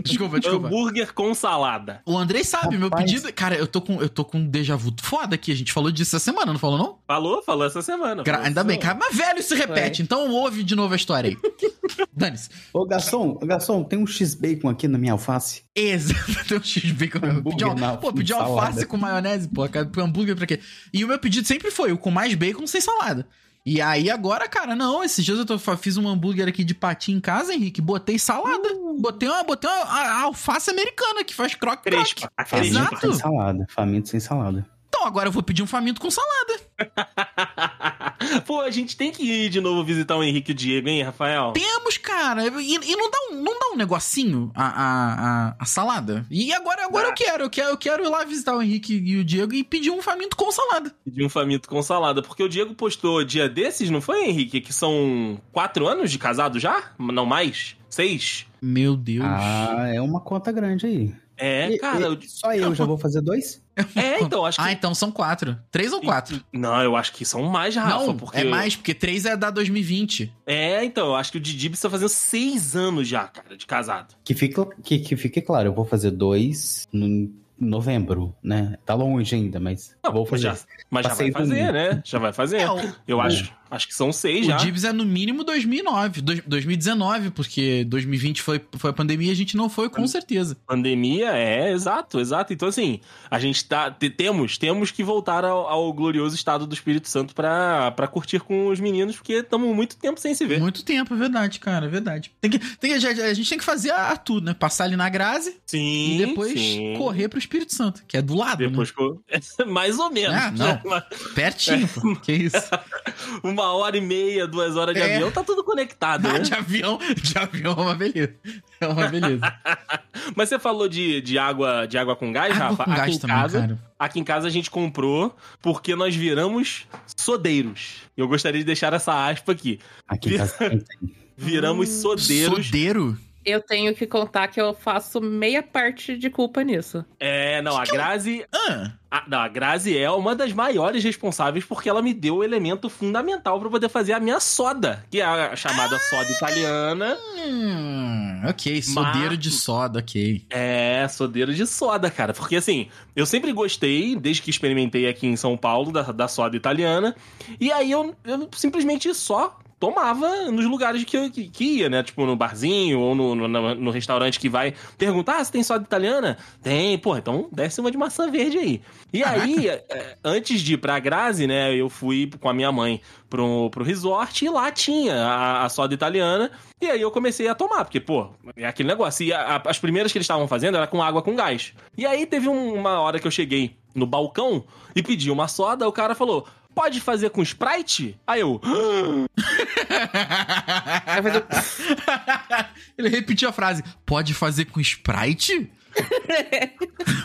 [SPEAKER 4] Desculpa, desculpa.
[SPEAKER 2] Hambúrguer com salada.
[SPEAKER 4] O Andrei sabe, meu
[SPEAKER 6] Rapaz.
[SPEAKER 4] pedido. Cara, eu tô com eu tô com um déjà vu foda aqui. A gente falou disso essa semana, não falou, não?
[SPEAKER 2] Falou, falou essa semana.
[SPEAKER 4] Gra-
[SPEAKER 2] falou
[SPEAKER 4] Ainda
[SPEAKER 2] essa
[SPEAKER 4] bem,
[SPEAKER 2] semana.
[SPEAKER 4] cara. Mas velho se repete, então ouve de novo a história aí. Dane-se.
[SPEAKER 6] Ô, garçom, ô, garçom, tem um X-Bacon aqui na minha alface?
[SPEAKER 4] Exato, tem um X-Bacon. meu.
[SPEAKER 6] Hambúrguer
[SPEAKER 4] Pedi uma,
[SPEAKER 6] na
[SPEAKER 4] pô, pedi uma
[SPEAKER 6] salada.
[SPEAKER 4] alface com maionese, pô. Cara, hambúrguer pra quê? E o meu pedido sempre foi o com mais bacon sem salada. E aí agora, cara, não, esses dias eu tô- fiz um hambúrguer aqui de patinho em casa, Henrique, botei salada.
[SPEAKER 6] Hum.
[SPEAKER 4] Botei uma, botei uma a- a alface americana que faz croque croque.
[SPEAKER 2] Crespa. a crespa.
[SPEAKER 6] Faminto
[SPEAKER 4] Exato.
[SPEAKER 6] sem salada. Faminto sem salada.
[SPEAKER 4] Então agora eu vou pedir um faminto com salada.
[SPEAKER 2] Pô, a gente tem que ir de novo visitar o Henrique e o Diego, hein, Rafael?
[SPEAKER 4] Temos, cara. E, e não, dá um, não dá um negocinho a, a, a, a salada? E agora, agora
[SPEAKER 2] Dá.
[SPEAKER 4] eu quero. Eu quero, eu quero ir lá visitar o Henrique e o Diego e pedir um faminto com salada.
[SPEAKER 2] De um faminto com salada. Porque o Diego postou dia desses, não foi, Henrique? Que são quatro anos de casado já? Não mais? Seis?
[SPEAKER 4] Meu Deus.
[SPEAKER 6] Ah, é uma conta grande aí.
[SPEAKER 2] É,
[SPEAKER 6] E-
[SPEAKER 2] cara.
[SPEAKER 6] e- só eu já vou fazer dois?
[SPEAKER 2] eu- É, então, acho que.
[SPEAKER 4] Ah, então são quatro. Três ou quatro?
[SPEAKER 2] Não, eu acho que são mais, Rafa.
[SPEAKER 4] não,
[SPEAKER 2] porque...
[SPEAKER 4] é mais, porque três é da 2020.
[SPEAKER 2] É, então, eu acho que o Didi precisa fazer seis anos já, cara, de casado.
[SPEAKER 6] Que fique, que, que fique claro, eu vou fazer dois no novembro, né? Tá longe ainda, mas
[SPEAKER 2] Não,
[SPEAKER 6] vou fazer.
[SPEAKER 2] já- Mas já vai
[SPEAKER 6] Passei do
[SPEAKER 2] fazer,
[SPEAKER 6] mundo.
[SPEAKER 2] né? Já vai fazer.
[SPEAKER 4] É, o,
[SPEAKER 2] Eu acho, acho que são seis já.
[SPEAKER 4] o Dibs é no mínimo 2009, dois- 2019, porque 2020 foi, foi a pandemia e a gente não foi, com certeza.
[SPEAKER 2] Pandemia, é, exato, exato. Então, assim, a gente tá. te- Temos, temos que voltar ao, ao glorioso estado do Espírito Santo pra, pra curtir com os meninos, porque estamos muito tempo sem se ver.
[SPEAKER 4] Muito tempo, é verdade, cara, é verdade. Tem que, tem que- a gente tem que fazer a, a tudo, né? Passar ali na Grazi,
[SPEAKER 2] Sim.
[SPEAKER 4] e depois né?
[SPEAKER 2] sim.
[SPEAKER 4] correr pro Espírito Santo, que é do lado,
[SPEAKER 2] Depois co- Mais ou menos.
[SPEAKER 4] Ah, não. né? Pertinho, pô. Que isso?
[SPEAKER 2] Uma hora e meia, duas horas de
[SPEAKER 4] É.
[SPEAKER 2] avião, tá tudo conectado,
[SPEAKER 4] Ah,
[SPEAKER 2] né?
[SPEAKER 4] de avião, de avião é uma beleza. É uma beleza.
[SPEAKER 2] Mas você falou de, de, água, de água com gás,
[SPEAKER 4] Água
[SPEAKER 2] Rafa?
[SPEAKER 4] com
[SPEAKER 2] aqui,
[SPEAKER 4] gás
[SPEAKER 2] em
[SPEAKER 4] também,
[SPEAKER 2] casa,
[SPEAKER 4] cara.
[SPEAKER 2] aqui em casa a gente comprou porque nós viramos sodeiros. Eu gostaria de deixar essa aspa aqui.
[SPEAKER 6] Aqui tá em casa também tem.
[SPEAKER 2] Viramos
[SPEAKER 4] Hum,
[SPEAKER 2] sodeiros.
[SPEAKER 4] Sodeiro?
[SPEAKER 3] Eu tenho que contar que eu faço meia parte de culpa nisso.
[SPEAKER 2] É, não, a Grazi,
[SPEAKER 4] Ah,
[SPEAKER 2] A, não, a Grazi é uma das maiores responsáveis porque ela me deu o elemento fundamental pra eu poder fazer a minha soda, que é a chamada soda italiana.
[SPEAKER 4] hum, ok, sodeiro
[SPEAKER 2] Mato.
[SPEAKER 4] de soda, ok.
[SPEAKER 2] É, sodeiro de soda, cara. Porque assim, eu sempre gostei, desde que experimentei aqui em São Paulo, da, da soda italiana. E aí eu, eu simplesmente só tomava nos lugares que eu que, que ia, né? Tipo no barzinho ou no, no, na- no restaurante que vai perguntar: ah, você tem soda italiana? Tem, pô, então desce uma de maçã verde aí. E aí, eh, antes de ir pra Grazi, né, eu fui com a minha mãe pro, pro resort e lá tinha a, a soda italiana. E aí eu comecei a tomar, porque, pô, é aquele negócio. E a- a- as primeiras que eles estavam fazendo era com água com gás. E aí teve um- uma hora que eu cheguei no balcão e pedi uma soda, o cara falou. Pode fazer com Sprite? Aí eu.
[SPEAKER 4] Ele repetiu a frase: pode fazer com Sprite?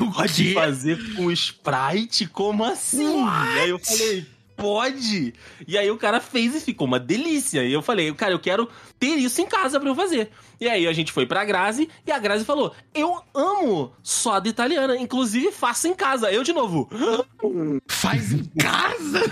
[SPEAKER 4] o
[SPEAKER 2] Pode fazer com Sprite? Como assim? E aí eu falei, pode? E aí o cara fez e ficou uma delícia. E eu falei, cara, eu quero ter isso em casa pra eu fazer. E aí a gente foi pra Grazi e a Grazi falou: Eu amo soda italiana, inclusive faço em casa. Eu de novo.
[SPEAKER 4] Faz em casa?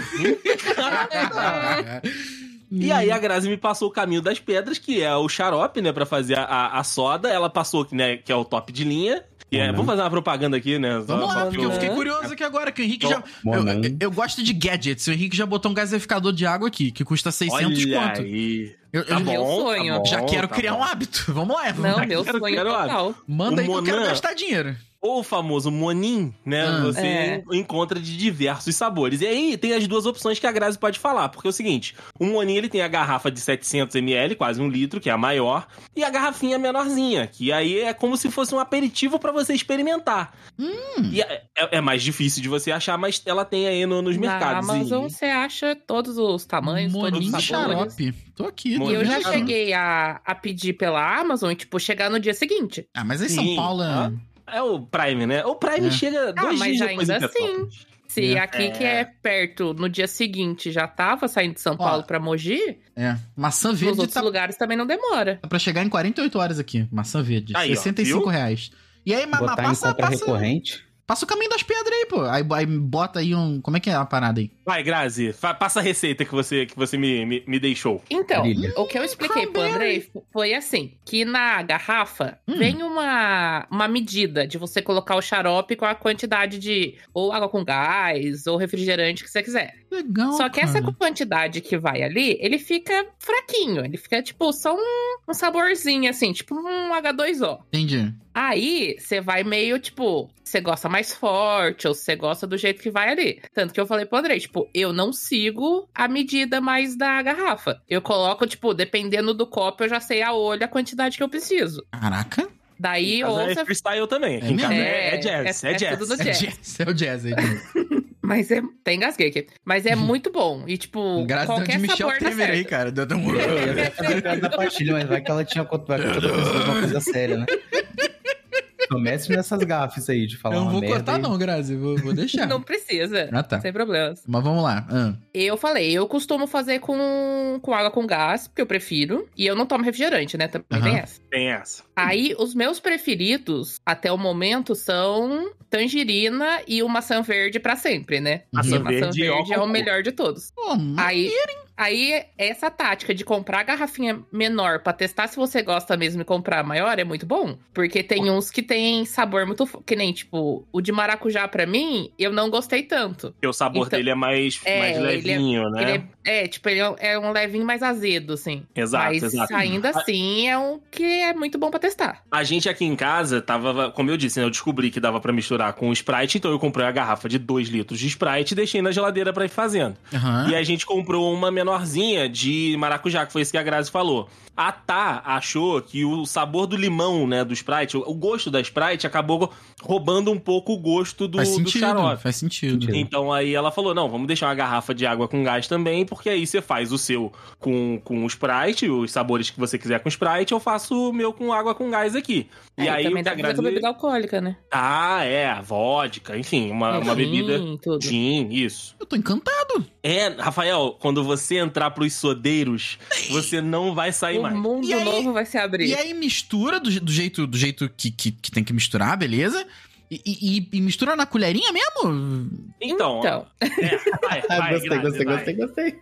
[SPEAKER 2] E aí a Grazi me passou o caminho das pedras, que é o xarope, né, Pra fazer a, a- a soda. Ela passou, né, que é o top de linha. E é,
[SPEAKER 6] Uhum.
[SPEAKER 2] vamos fazer uma propaganda aqui, né? só- só
[SPEAKER 4] Vamos lá,
[SPEAKER 2] pra
[SPEAKER 4] porque eu fiquei curioso aqui agora, que o Henrique já. Eu,
[SPEAKER 6] Monan.
[SPEAKER 4] eu- eu gosto de gadgets. O Henrique já botou um gasificador de água aqui, que custa 600
[SPEAKER 2] Olha
[SPEAKER 4] conto.
[SPEAKER 2] aí.
[SPEAKER 4] Eu, eu
[SPEAKER 2] Tá bom,
[SPEAKER 3] Meu sonho.
[SPEAKER 2] tá bom,
[SPEAKER 4] já quero
[SPEAKER 2] tá
[SPEAKER 4] criar
[SPEAKER 2] bom.
[SPEAKER 4] um hábito. Vamos lá, Evan.
[SPEAKER 3] Não, meu
[SPEAKER 2] quero-
[SPEAKER 3] sonho
[SPEAKER 2] quero a-
[SPEAKER 3] total.
[SPEAKER 4] Manda
[SPEAKER 2] O
[SPEAKER 4] aí que eu quero
[SPEAKER 2] Monan-
[SPEAKER 4] gastar dinheiro.
[SPEAKER 2] ou o famoso Monin, né?
[SPEAKER 4] Ah.
[SPEAKER 2] Você
[SPEAKER 3] É.
[SPEAKER 2] encontra de diversos sabores. E aí tem as duas opções que a Grazi pode falar, porque é o seguinte: o Monin ele tem a garrafa de 700ml, quase um litro, que é a maior, e a garrafinha menorzinha, que aí é como se fosse um aperitivo pra você experimentar.
[SPEAKER 4] Hum.
[SPEAKER 2] E é, é- é mais difícil de você achar, mas ela tem aí no- nos
[SPEAKER 3] Na
[SPEAKER 2] mercados. E-
[SPEAKER 3] Amazon você acha todos os tamanhos, todos
[SPEAKER 4] Monin
[SPEAKER 3] os sabores.
[SPEAKER 4] xarope. Tô aqui.
[SPEAKER 3] E eu já
[SPEAKER 2] Monin.
[SPEAKER 3] cheguei a, a pedir pela Amazon e, tipo, chegar no dia seguinte.
[SPEAKER 4] Ah, mas aí
[SPEAKER 2] Sim.
[SPEAKER 4] São Paulo. é-
[SPEAKER 2] Ah. É o Prime, né? O Prime
[SPEAKER 4] É.
[SPEAKER 2] chega
[SPEAKER 3] Ah,
[SPEAKER 2] dois
[SPEAKER 3] mas
[SPEAKER 2] dias depois
[SPEAKER 3] ainda assim.
[SPEAKER 2] em Petrópolis.
[SPEAKER 3] Se aqui que é perto, no dia seguinte já tava saindo de São Paulo pra Mogi,
[SPEAKER 4] É. Maçã
[SPEAKER 3] nos
[SPEAKER 4] verde
[SPEAKER 3] outros
[SPEAKER 4] tá
[SPEAKER 3] lugares também não demora.
[SPEAKER 4] pra chegar em 48 horas aqui. Maçã verde.
[SPEAKER 2] Aí, ó,
[SPEAKER 4] 65
[SPEAKER 2] viu?
[SPEAKER 4] reais. E aí, mas mas
[SPEAKER 6] Botar em
[SPEAKER 4] passa,
[SPEAKER 6] compra
[SPEAKER 4] passa,
[SPEAKER 6] recorrente.
[SPEAKER 4] passa o caminho das pedras aí, pô. Aí, aí bota aí um. Como é que é a parada aí?
[SPEAKER 2] Vai, Grazi, fa- passa a receita que você, que você me, me, me deixou.
[SPEAKER 3] Então,
[SPEAKER 6] Brilha.
[SPEAKER 3] o que eu expliquei pro Andrei f- foi assim: que na garrafa
[SPEAKER 4] Hum.
[SPEAKER 3] vem uma, uma medida de você colocar o xarope com a quantidade de ou água com gás ou refrigerante que você quiser.
[SPEAKER 4] Legal.
[SPEAKER 3] Só que
[SPEAKER 4] cara.
[SPEAKER 3] essa quantidade que vai ali, ele fica fraquinho. Ele fica, tipo, só um, um saborzinho, assim, tipo um H2O.
[SPEAKER 4] Entendi.
[SPEAKER 3] Aí, você vai meio, tipo, você gosta mais forte, ou você gosta do jeito que vai ali. Tanto que eu falei pro Andrei, tipo, eu não sigo a medida mais da garrafa. Eu coloco, tipo, dependendo do copo, eu já sei a olho a quantidade que eu preciso.
[SPEAKER 4] Caraca.
[SPEAKER 3] Daí, ou
[SPEAKER 2] Mas é
[SPEAKER 3] você...
[SPEAKER 2] freestyle também. Aqui
[SPEAKER 4] É
[SPEAKER 2] em casa
[SPEAKER 4] mesmo?
[SPEAKER 2] é, é jazz, é,
[SPEAKER 3] É, é
[SPEAKER 2] jazz.
[SPEAKER 3] tudo no
[SPEAKER 4] É
[SPEAKER 3] Jazz.
[SPEAKER 4] jazz. É o jazz aí.
[SPEAKER 3] Mas é... Tem engasguei aqui. Mas é muito bom. E, tipo,
[SPEAKER 4] Hum. Graças a Deus de
[SPEAKER 3] qualquer
[SPEAKER 4] Michel
[SPEAKER 3] sabor tá
[SPEAKER 4] Temer aí,
[SPEAKER 3] certo.
[SPEAKER 4] cara. Deu deu um...
[SPEAKER 6] Eu ia fazer piada da pastilha, mas vai que ela tinha cont- vai que eu tô pensando uma coisa séria, né? Comece nessas gafes aí de falar
[SPEAKER 4] Eu não
[SPEAKER 6] uma
[SPEAKER 4] vou
[SPEAKER 6] merda
[SPEAKER 4] cortar,
[SPEAKER 6] e-
[SPEAKER 4] não, Grazi. Vou, vou deixar.
[SPEAKER 3] Não precisa.
[SPEAKER 4] Ah, tá.
[SPEAKER 3] Sem problemas.
[SPEAKER 4] Mas vamos lá. Ah,
[SPEAKER 3] Eu falei, eu costumo fazer com, com água com gás, porque eu prefiro. E eu não tomo refrigerante, né? Também tem
[SPEAKER 4] Aham.
[SPEAKER 3] essa.
[SPEAKER 2] Tem essa.
[SPEAKER 3] Aí, os meus preferidos, até o momento, são tangerina e o maçã verde pra sempre, né?
[SPEAKER 2] Maçã
[SPEAKER 3] E a
[SPEAKER 2] verde,
[SPEAKER 3] maçã verde é
[SPEAKER 2] ó,
[SPEAKER 3] o melhor de todos.
[SPEAKER 4] Pô, mas-
[SPEAKER 3] Aí, aí, essa tática de comprar a garrafinha menor pra testar se você gosta mesmo e comprar a maior é muito bom. Porque tem uns que tem sabor muito... fo- Que nem, tipo, o de maracujá pra mim, eu não gostei tanto.
[SPEAKER 2] Porque o sabor
[SPEAKER 3] Então,
[SPEAKER 2] dele é mais,
[SPEAKER 3] é,
[SPEAKER 2] mais
[SPEAKER 3] ele é-
[SPEAKER 2] levinho, né?
[SPEAKER 3] Ele é, é, tipo, ele é um- é um levinho mais azedo, assim.
[SPEAKER 2] Exato,
[SPEAKER 3] Mas
[SPEAKER 2] exato.
[SPEAKER 3] ainda
[SPEAKER 2] A-
[SPEAKER 3] assim é um que é muito bom pra testar.
[SPEAKER 2] A gente aqui em casa tava, como eu disse, né, eu descobri que dava pra misturar com o Sprite, então eu comprei a garrafa de 2 litros de Sprite e deixei na geladeira pra ir fazendo.
[SPEAKER 4] Aham.
[SPEAKER 2] E a gente comprou uma menorzinha de maracujá, que foi isso que a Grazi falou. A Tá achou que o sabor do limão, né, do Sprite, o o gosto da Sprite acabou roubando um pouco o gosto do,
[SPEAKER 4] Faz
[SPEAKER 2] do
[SPEAKER 4] sentido.
[SPEAKER 2] xarope.
[SPEAKER 4] Faz sentido.
[SPEAKER 6] Sentido.
[SPEAKER 2] Então aí ela falou: não, vamos deixar uma garrafa de água com gás também, porque aí você faz o seu com, com o Sprite, os sabores que você quiser com Sprite, eu faço o meu com água com gás aqui. e
[SPEAKER 3] É,
[SPEAKER 2] aí o
[SPEAKER 3] também
[SPEAKER 2] que
[SPEAKER 3] dá
[SPEAKER 2] a
[SPEAKER 3] pra fazer
[SPEAKER 2] Grazi...
[SPEAKER 3] com bebida alcoólica, né?
[SPEAKER 2] Ah, é, vodka, enfim, uma, Ah, uma
[SPEAKER 3] Gin,
[SPEAKER 2] bebida.
[SPEAKER 3] É, Tudo.
[SPEAKER 2] Gin, isso.
[SPEAKER 4] Eu tô encantado.
[SPEAKER 2] É, Rafael, quando você entrar pros sodeiros, você não vai sair
[SPEAKER 3] O
[SPEAKER 2] mais.
[SPEAKER 3] mundo
[SPEAKER 4] E aí-
[SPEAKER 3] novo vai se abrir.
[SPEAKER 4] E aí mistura do, je- do jeito, do jeito que, que, que tem que misturar, beleza? E, e- e mistura na colherinha mesmo?
[SPEAKER 2] Então,
[SPEAKER 3] então,
[SPEAKER 2] é, vai,
[SPEAKER 6] Ah,
[SPEAKER 2] vai,
[SPEAKER 6] gostei,
[SPEAKER 2] Grazi,
[SPEAKER 6] gostei,
[SPEAKER 2] vai.
[SPEAKER 6] gostei, gostei.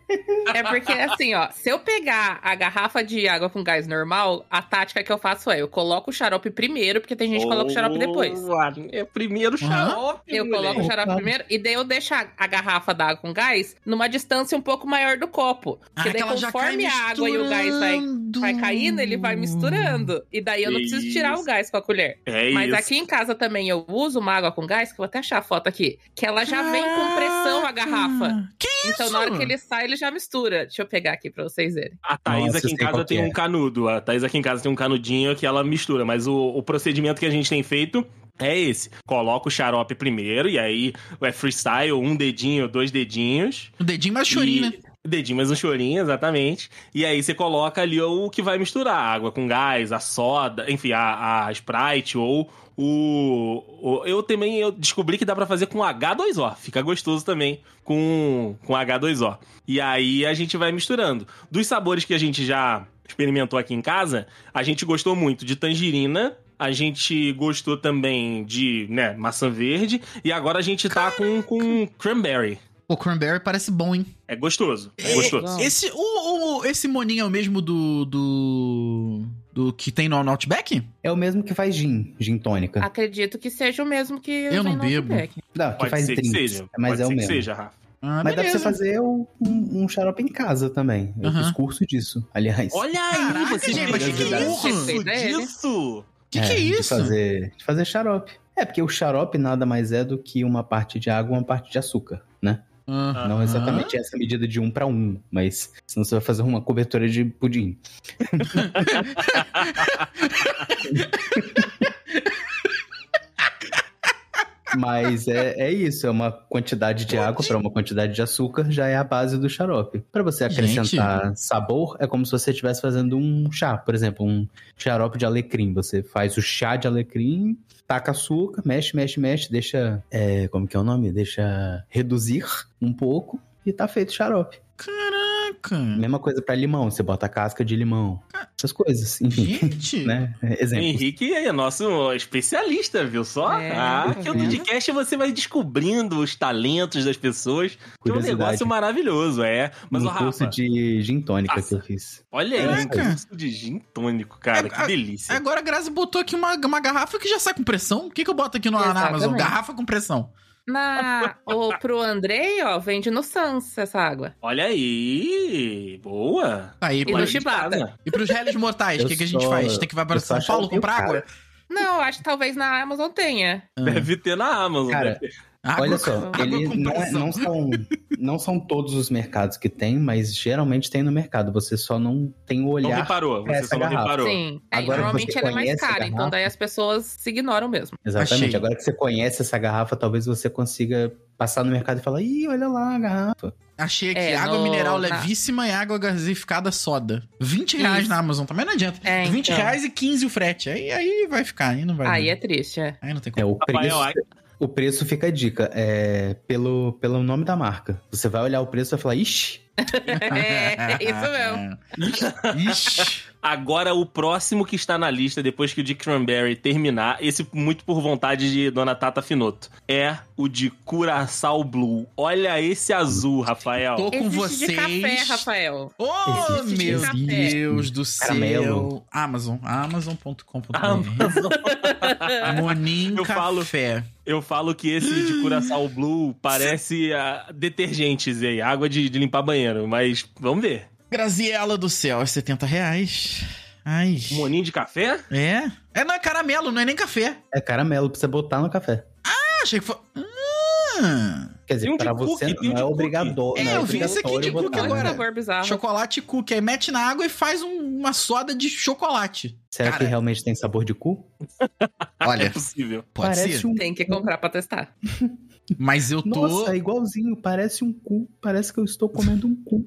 [SPEAKER 3] é porque assim, ó, se eu pegar a garrafa de água com gás normal, a tática que eu faço é, eu coloco o xarope primeiro, porque tem gente que coloca o xarope depois.
[SPEAKER 2] Boa, É primeiro xarope.
[SPEAKER 3] Eu
[SPEAKER 2] moleque.
[SPEAKER 3] coloco o xarope
[SPEAKER 6] Opa.
[SPEAKER 3] primeiro e daí eu deixo a, a garrafa d'água com gás numa distância um pouco maior do copo.
[SPEAKER 4] Ah,
[SPEAKER 3] Porque daí conforme a água e o gás vai, vai caindo, ele vai misturando. E daí eu não preciso tirar
[SPEAKER 2] Hum.
[SPEAKER 3] o
[SPEAKER 2] Isso.
[SPEAKER 3] gás com a colher.
[SPEAKER 2] É
[SPEAKER 3] Mas
[SPEAKER 2] isso.
[SPEAKER 3] aqui em casa também eu uso uma água com gás, que eu vou até achar a foto aqui, que ela já vem com pressão a garrafa.
[SPEAKER 4] Que É isso?
[SPEAKER 3] Então na hora que ele sai, ele já mistura. Deixa eu pegar aqui pra vocês verem.
[SPEAKER 2] A Thaís
[SPEAKER 6] Nossa,
[SPEAKER 2] aqui em
[SPEAKER 6] sei qual
[SPEAKER 2] casa
[SPEAKER 6] que
[SPEAKER 2] tem
[SPEAKER 6] é.
[SPEAKER 2] um canudo. A Thaís aqui em casa tem um canudinho que ela mistura. Mas o, o procedimento que a gente tem feito é esse. Coloca o xarope primeiro e aí é freestyle, um dedinho, dois dedinhos.
[SPEAKER 4] O dedinho mais chorinho,
[SPEAKER 2] e...
[SPEAKER 4] né?
[SPEAKER 2] Dedinho mais um chorinho, exatamente. E aí você coloca ali o que vai misturar. A água com gás, a soda, enfim, a, a Sprite ou... O, o- eu também eu descobri que dá pra fazer com H2O, fica gostoso também com, com H2O. E aí a gente vai misturando. Dos sabores que a gente já experimentou aqui em casa, a gente gostou muito de tangerina, a gente gostou também de, né, maçã verde, e agora a gente tá com, com cranberry.
[SPEAKER 4] O cranberry parece bom, hein?
[SPEAKER 2] É gostoso, é
[SPEAKER 4] É,
[SPEAKER 2] gostoso.
[SPEAKER 3] Bom.
[SPEAKER 4] Esse, o, o- esse moninho é o mesmo do. do. do que tem no Outback?
[SPEAKER 6] É o mesmo que faz gin, gin tônica.
[SPEAKER 4] Ah.
[SPEAKER 3] Acredito que seja o mesmo que
[SPEAKER 4] É. Eu
[SPEAKER 3] usei
[SPEAKER 4] não
[SPEAKER 3] no
[SPEAKER 4] bebo.
[SPEAKER 3] Outback.
[SPEAKER 6] Não, que
[SPEAKER 2] Pode
[SPEAKER 6] faz
[SPEAKER 2] ser que
[SPEAKER 6] drinks,
[SPEAKER 2] seja,
[SPEAKER 6] mas
[SPEAKER 2] pode
[SPEAKER 6] é o
[SPEAKER 2] ser que
[SPEAKER 6] mesmo.
[SPEAKER 2] seja, Rafa.
[SPEAKER 4] Ah,
[SPEAKER 6] Mas dá pra você
[SPEAKER 4] beleza.
[SPEAKER 6] fazer um, um, um xarope em casa também. Eu
[SPEAKER 4] Aham.
[SPEAKER 6] fiz curso disso, aliás.
[SPEAKER 2] Olha
[SPEAKER 4] Caraca, gente,
[SPEAKER 6] mas que que é
[SPEAKER 3] isso? Você tem ideia, né?
[SPEAKER 2] disso?
[SPEAKER 4] Que que é
[SPEAKER 6] De
[SPEAKER 4] isso?
[SPEAKER 6] fazer, de fazer xarope. É, porque o xarope nada mais é do que uma parte de água e uma parte de açúcar, né?
[SPEAKER 4] Ah.
[SPEAKER 6] Não
[SPEAKER 2] Aham.
[SPEAKER 6] exatamente essa medida de um pra um, mas senão você vai fazer uma cobertura de pudim. Mas é, é isso, é uma quantidade de água para uma quantidade de açúcar, já é a base do xarope. Para você acrescentar sabor, é como se você estivesse fazendo um chá, por exemplo, um xarope de alecrim. Você faz o chá de alecrim, taca açúcar, mexe, mexe, mexe, deixa. é, como que é o nome? Deixa reduzir um pouco e tá feito o xarope.
[SPEAKER 4] Caraca.
[SPEAKER 6] Mesma coisa para limão, você bota a casca de limão. Essas coisas, enfim,
[SPEAKER 4] Gente.
[SPEAKER 6] né? Exemplo.
[SPEAKER 2] Henrique é nosso especialista, viu só?
[SPEAKER 3] É,
[SPEAKER 2] ah, que o
[SPEAKER 3] vendo?
[SPEAKER 2] podcast você vai descobrindo os talentos das pessoas. Que é um negócio maravilhoso, é. Mas,
[SPEAKER 6] um
[SPEAKER 2] o Rafa,
[SPEAKER 6] curso de gin tônica que eu fiz.
[SPEAKER 2] olha aí, um
[SPEAKER 4] Caraca.
[SPEAKER 2] curso de gin tônico, cara.
[SPEAKER 4] É,
[SPEAKER 2] que
[SPEAKER 4] a-
[SPEAKER 2] delícia.
[SPEAKER 4] Agora a Grazi botou aqui uma, uma garrafa que já sai com pressão. O que, que eu boto aqui no, na
[SPEAKER 3] Exatamente.
[SPEAKER 4] Amazon? Garrafa com pressão.
[SPEAKER 3] Na, o, pro Andrei, ó, vende no Sans essa água.
[SPEAKER 2] Olha aí. Boa.
[SPEAKER 4] Tá Aí,
[SPEAKER 3] E
[SPEAKER 4] pra-
[SPEAKER 3] no
[SPEAKER 2] Olha,
[SPEAKER 3] Chibata.
[SPEAKER 2] cara,
[SPEAKER 4] E pros réis mortais, o
[SPEAKER 6] Eu
[SPEAKER 4] que, que a gente
[SPEAKER 6] só-
[SPEAKER 4] faz? Tem que vai para
[SPEAKER 6] eu só um
[SPEAKER 4] São
[SPEAKER 6] achava
[SPEAKER 4] Paulo
[SPEAKER 6] meio
[SPEAKER 4] comprar
[SPEAKER 6] caro.
[SPEAKER 4] água?
[SPEAKER 3] Não, acho que talvez na Amazon tenha.
[SPEAKER 2] Deve ter na Amazon.
[SPEAKER 6] Cara,
[SPEAKER 2] deve ter.
[SPEAKER 4] Água com-
[SPEAKER 6] Olha só,
[SPEAKER 4] água
[SPEAKER 6] ele
[SPEAKER 4] com
[SPEAKER 6] não, é-
[SPEAKER 4] pressão.
[SPEAKER 6] não são, não são todos os mercados que tem, mas geralmente tem no mercado. Você só não tem
[SPEAKER 4] Então,
[SPEAKER 6] o
[SPEAKER 2] Não
[SPEAKER 6] olhar.
[SPEAKER 2] reparou. Você
[SPEAKER 6] essa
[SPEAKER 2] só não
[SPEAKER 6] garrafa.
[SPEAKER 2] reparou.
[SPEAKER 3] Sim. É,
[SPEAKER 6] Agora
[SPEAKER 3] normalmente
[SPEAKER 6] você
[SPEAKER 3] ela é mais
[SPEAKER 6] conhece a
[SPEAKER 3] cara, então
[SPEAKER 6] garrafa?
[SPEAKER 3] daí as pessoas se ignoram mesmo.
[SPEAKER 6] Exatamente.
[SPEAKER 4] Achei.
[SPEAKER 6] Agora que você conhece essa garrafa, talvez você consiga passar no mercado e falar: ih, olha lá a garrafa.
[SPEAKER 4] Achei aqui,
[SPEAKER 3] É,
[SPEAKER 4] água
[SPEAKER 3] no-
[SPEAKER 4] mineral
[SPEAKER 3] na-
[SPEAKER 4] levíssima e água gasificada soda. 20 reais
[SPEAKER 3] Isso.
[SPEAKER 4] na Amazon, também não adianta.
[SPEAKER 3] É,
[SPEAKER 4] 20
[SPEAKER 3] então.
[SPEAKER 4] reais e 15 o frete. Aí, aí vai ficar, aí não vai.
[SPEAKER 3] Aí é triste, é.
[SPEAKER 4] Aí não tem como.
[SPEAKER 6] É, o,
[SPEAKER 2] Rafael,
[SPEAKER 6] preço,
[SPEAKER 2] ai.
[SPEAKER 6] o preço fica a dica. É, pelo, pelo nome da marca. Você vai olhar o preço e vai falar: ixi,
[SPEAKER 3] é isso mesmo.
[SPEAKER 4] mesmo. Ixi.
[SPEAKER 2] Agora, o próximo que está na lista, depois que o de Cranberry terminar, esse muito por vontade de Dona Tata Finoto, é o de Curaçao Blue. Olha esse azul, Rafael.
[SPEAKER 4] Tô com
[SPEAKER 3] Existe
[SPEAKER 4] vocês.
[SPEAKER 3] de café, Rafael.
[SPEAKER 4] Oh,
[SPEAKER 6] Existe
[SPEAKER 4] meu
[SPEAKER 3] café.
[SPEAKER 4] Deus do céu.
[SPEAKER 6] Caramelo.
[SPEAKER 4] Amazon. Amazon.com.br.
[SPEAKER 2] Amazon.
[SPEAKER 4] Moninho
[SPEAKER 2] Eu falo-
[SPEAKER 4] Café.
[SPEAKER 2] Eu falo que esse de Curaçao Blue parece ah, detergentes aí, água de, de limpar banheiro, mas vamos ver.
[SPEAKER 4] Graziela do céu, é 70 reais. Ai.
[SPEAKER 2] Moninho de café?
[SPEAKER 4] É? É, não é caramelo, não é nem café.
[SPEAKER 6] é caramelo pra você botar no café.
[SPEAKER 4] Ah, achei que foi. Ah.
[SPEAKER 6] Quer
[SPEAKER 2] Tem um
[SPEAKER 6] dizer,
[SPEAKER 2] de
[SPEAKER 6] pra
[SPEAKER 2] cookie,
[SPEAKER 6] você
[SPEAKER 2] tem um
[SPEAKER 6] não
[SPEAKER 2] de
[SPEAKER 6] é
[SPEAKER 2] cookie.
[SPEAKER 6] obrigador.
[SPEAKER 4] É,
[SPEAKER 6] não é
[SPEAKER 4] eu vi esse aqui de
[SPEAKER 6] obrigatório
[SPEAKER 4] cookie
[SPEAKER 6] botar,
[SPEAKER 3] Olha
[SPEAKER 4] agora.
[SPEAKER 3] que
[SPEAKER 6] né?
[SPEAKER 3] sabor bizarro.
[SPEAKER 4] Chocolate cookie. Aí mete na água e faz um- uma soda de chocolate.
[SPEAKER 6] Será
[SPEAKER 4] Cara.
[SPEAKER 6] que realmente tem sabor de cu?
[SPEAKER 2] É
[SPEAKER 4] Olha,
[SPEAKER 2] possível.
[SPEAKER 4] pode
[SPEAKER 6] parece
[SPEAKER 4] ser.
[SPEAKER 6] um.
[SPEAKER 3] Tem que comprar pra testar.
[SPEAKER 4] Mas eu tô.
[SPEAKER 6] Nossa, é igualzinho, parece um cu. Parece que eu estou comendo um cu.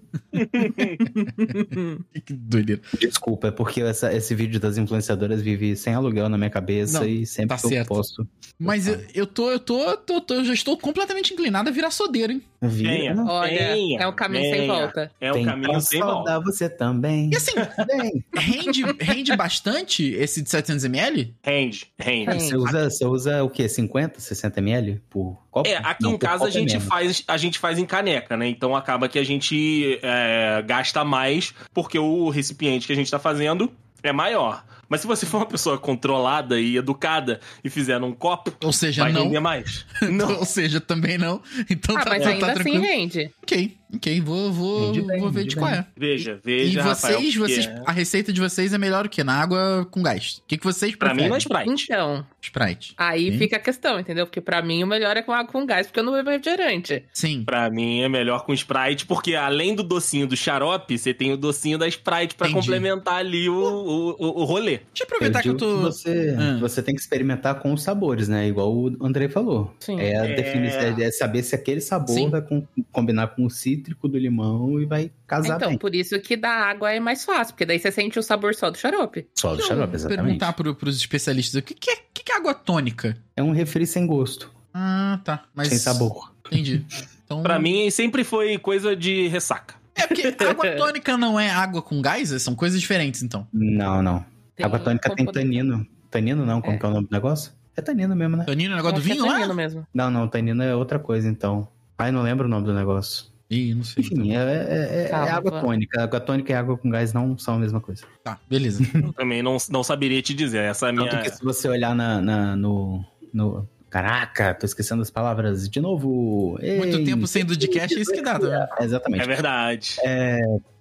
[SPEAKER 4] Que doideira.
[SPEAKER 6] Desculpa, é porque essa- esse vídeo das influenciadoras vive sem aluguel na minha cabeça
[SPEAKER 4] Não,
[SPEAKER 6] e sempre
[SPEAKER 4] tá
[SPEAKER 6] que eu
[SPEAKER 4] certo.
[SPEAKER 6] posso
[SPEAKER 4] Mas eu, eu tô, eu tô, tô, tô- eu já estou completamente inclinado a virar sodeiro, hein?
[SPEAKER 6] vir.
[SPEAKER 2] Venha.
[SPEAKER 6] Não,
[SPEAKER 3] Olha,
[SPEAKER 2] Venha,
[SPEAKER 3] é um caminho sem
[SPEAKER 2] venha.
[SPEAKER 3] volta.
[SPEAKER 2] É um
[SPEAKER 6] tem
[SPEAKER 2] caminho
[SPEAKER 6] pra
[SPEAKER 2] sem volta.
[SPEAKER 6] saudar você também.
[SPEAKER 4] E assim,
[SPEAKER 6] Vem.
[SPEAKER 4] rende, rende bastante esse de 700ml?
[SPEAKER 2] Rende, rende.
[SPEAKER 6] Você usa, você usa o quê? 50, 60 ml por copo?
[SPEAKER 2] É, aqui
[SPEAKER 6] Não,
[SPEAKER 2] em
[SPEAKER 6] por
[SPEAKER 2] casa a
[SPEAKER 6] copo é
[SPEAKER 2] gente,
[SPEAKER 6] menos.
[SPEAKER 2] faz, a gente faz em caneca, né? Então acaba que a gente é, gasta mais porque o recipiente que a gente tá fazendo é maior. Mas se você for uma pessoa controlada e educada e fizer num copo,
[SPEAKER 4] Ou seja,
[SPEAKER 2] vai
[SPEAKER 4] não.
[SPEAKER 2] render mais. Não.
[SPEAKER 4] Ou seja, também não. Então
[SPEAKER 3] Ah,
[SPEAKER 4] tá,
[SPEAKER 3] mas
[SPEAKER 4] tá-
[SPEAKER 3] ainda
[SPEAKER 4] tá
[SPEAKER 3] assim
[SPEAKER 4] tranquilo.
[SPEAKER 3] rende.
[SPEAKER 4] ok, ok, vou, vou,
[SPEAKER 6] Rende bem,
[SPEAKER 4] vou ver
[SPEAKER 6] rende
[SPEAKER 4] de qual
[SPEAKER 6] bem.
[SPEAKER 4] é.
[SPEAKER 2] Veja,
[SPEAKER 4] E
[SPEAKER 2] veja,
[SPEAKER 4] vocês,
[SPEAKER 2] Rafael. porque
[SPEAKER 4] vocês, a receita de vocês é melhor o quê? Na água com gás. O que, que vocês
[SPEAKER 2] Pra mim,
[SPEAKER 4] preferem?
[SPEAKER 2] não é Sprite.
[SPEAKER 3] Então,
[SPEAKER 4] Sprite.
[SPEAKER 3] aí
[SPEAKER 4] Sim.
[SPEAKER 3] fica a questão, entendeu? Porque pra mim o melhor é com água com gás, porque eu não bebo refrigerante.
[SPEAKER 4] Sim.
[SPEAKER 2] Pra mim é melhor com Sprite, porque além do docinho do xarope, você tem o docinho da Sprite pra
[SPEAKER 4] Entendi.
[SPEAKER 2] complementar ali o, o, o- o rolê.
[SPEAKER 4] Deixa eu
[SPEAKER 6] Eu
[SPEAKER 4] aproveitar que eu
[SPEAKER 6] digo que
[SPEAKER 4] tô.
[SPEAKER 6] você,
[SPEAKER 4] Ah.
[SPEAKER 6] você tem que experimentar com os sabores, né? Igual o Andrei falou.
[SPEAKER 3] Sim.
[SPEAKER 6] É, a
[SPEAKER 2] É.
[SPEAKER 6] definição- é saber se aquele sabor
[SPEAKER 4] Sim.
[SPEAKER 6] vai com- combinar com o cítrico do limão e vai casar
[SPEAKER 3] Então,
[SPEAKER 6] bem.
[SPEAKER 3] por isso que da água é mais fácil, porque daí você sente o sabor só do xarope.
[SPEAKER 6] Só do
[SPEAKER 4] Deixa
[SPEAKER 6] xarope,
[SPEAKER 4] eu
[SPEAKER 6] exatamente.
[SPEAKER 4] perguntar pro, pros especialistas o que, que, é, o que, que é água tônica?
[SPEAKER 6] É um refri sem gosto,
[SPEAKER 4] Ah, tá. Mas...
[SPEAKER 6] sem sabor.
[SPEAKER 4] Entendi. Então,
[SPEAKER 2] Pra mim sempre foi coisa de ressaca.
[SPEAKER 4] É porque água tônica não é água com gás? São coisas diferentes, então.
[SPEAKER 6] Não, não.
[SPEAKER 3] Tem um
[SPEAKER 6] Água tônica tem
[SPEAKER 3] componente-
[SPEAKER 6] tanino. Tanino não, como
[SPEAKER 3] É.
[SPEAKER 6] que é o nome do negócio? É tanino mesmo, né?
[SPEAKER 4] Tanino é o negócio do
[SPEAKER 3] Acho que é
[SPEAKER 4] vinho lá?
[SPEAKER 3] tanino mesmo.
[SPEAKER 6] Não, não, tanino é outra coisa, então. Ai, não lembro o nome do negócio.
[SPEAKER 4] Ih, não sei.
[SPEAKER 6] Enfim, é, é- é-
[SPEAKER 3] Calma,
[SPEAKER 6] é água
[SPEAKER 3] calma.
[SPEAKER 6] tônica. Água tônica e água com gás não são a mesma coisa.
[SPEAKER 4] Tá, beleza.
[SPEAKER 2] Eu também não, não saberia te dizer. Essa é a minha.
[SPEAKER 6] Tanto que se você olhar na, na- no, no- Caraca, tô esquecendo as palavras de novo.
[SPEAKER 4] Muito
[SPEAKER 6] Ei.
[SPEAKER 4] tempo sem Dudcast é isso que dá, tá vendo?
[SPEAKER 6] É, Exatamente.
[SPEAKER 2] É verdade.
[SPEAKER 6] É,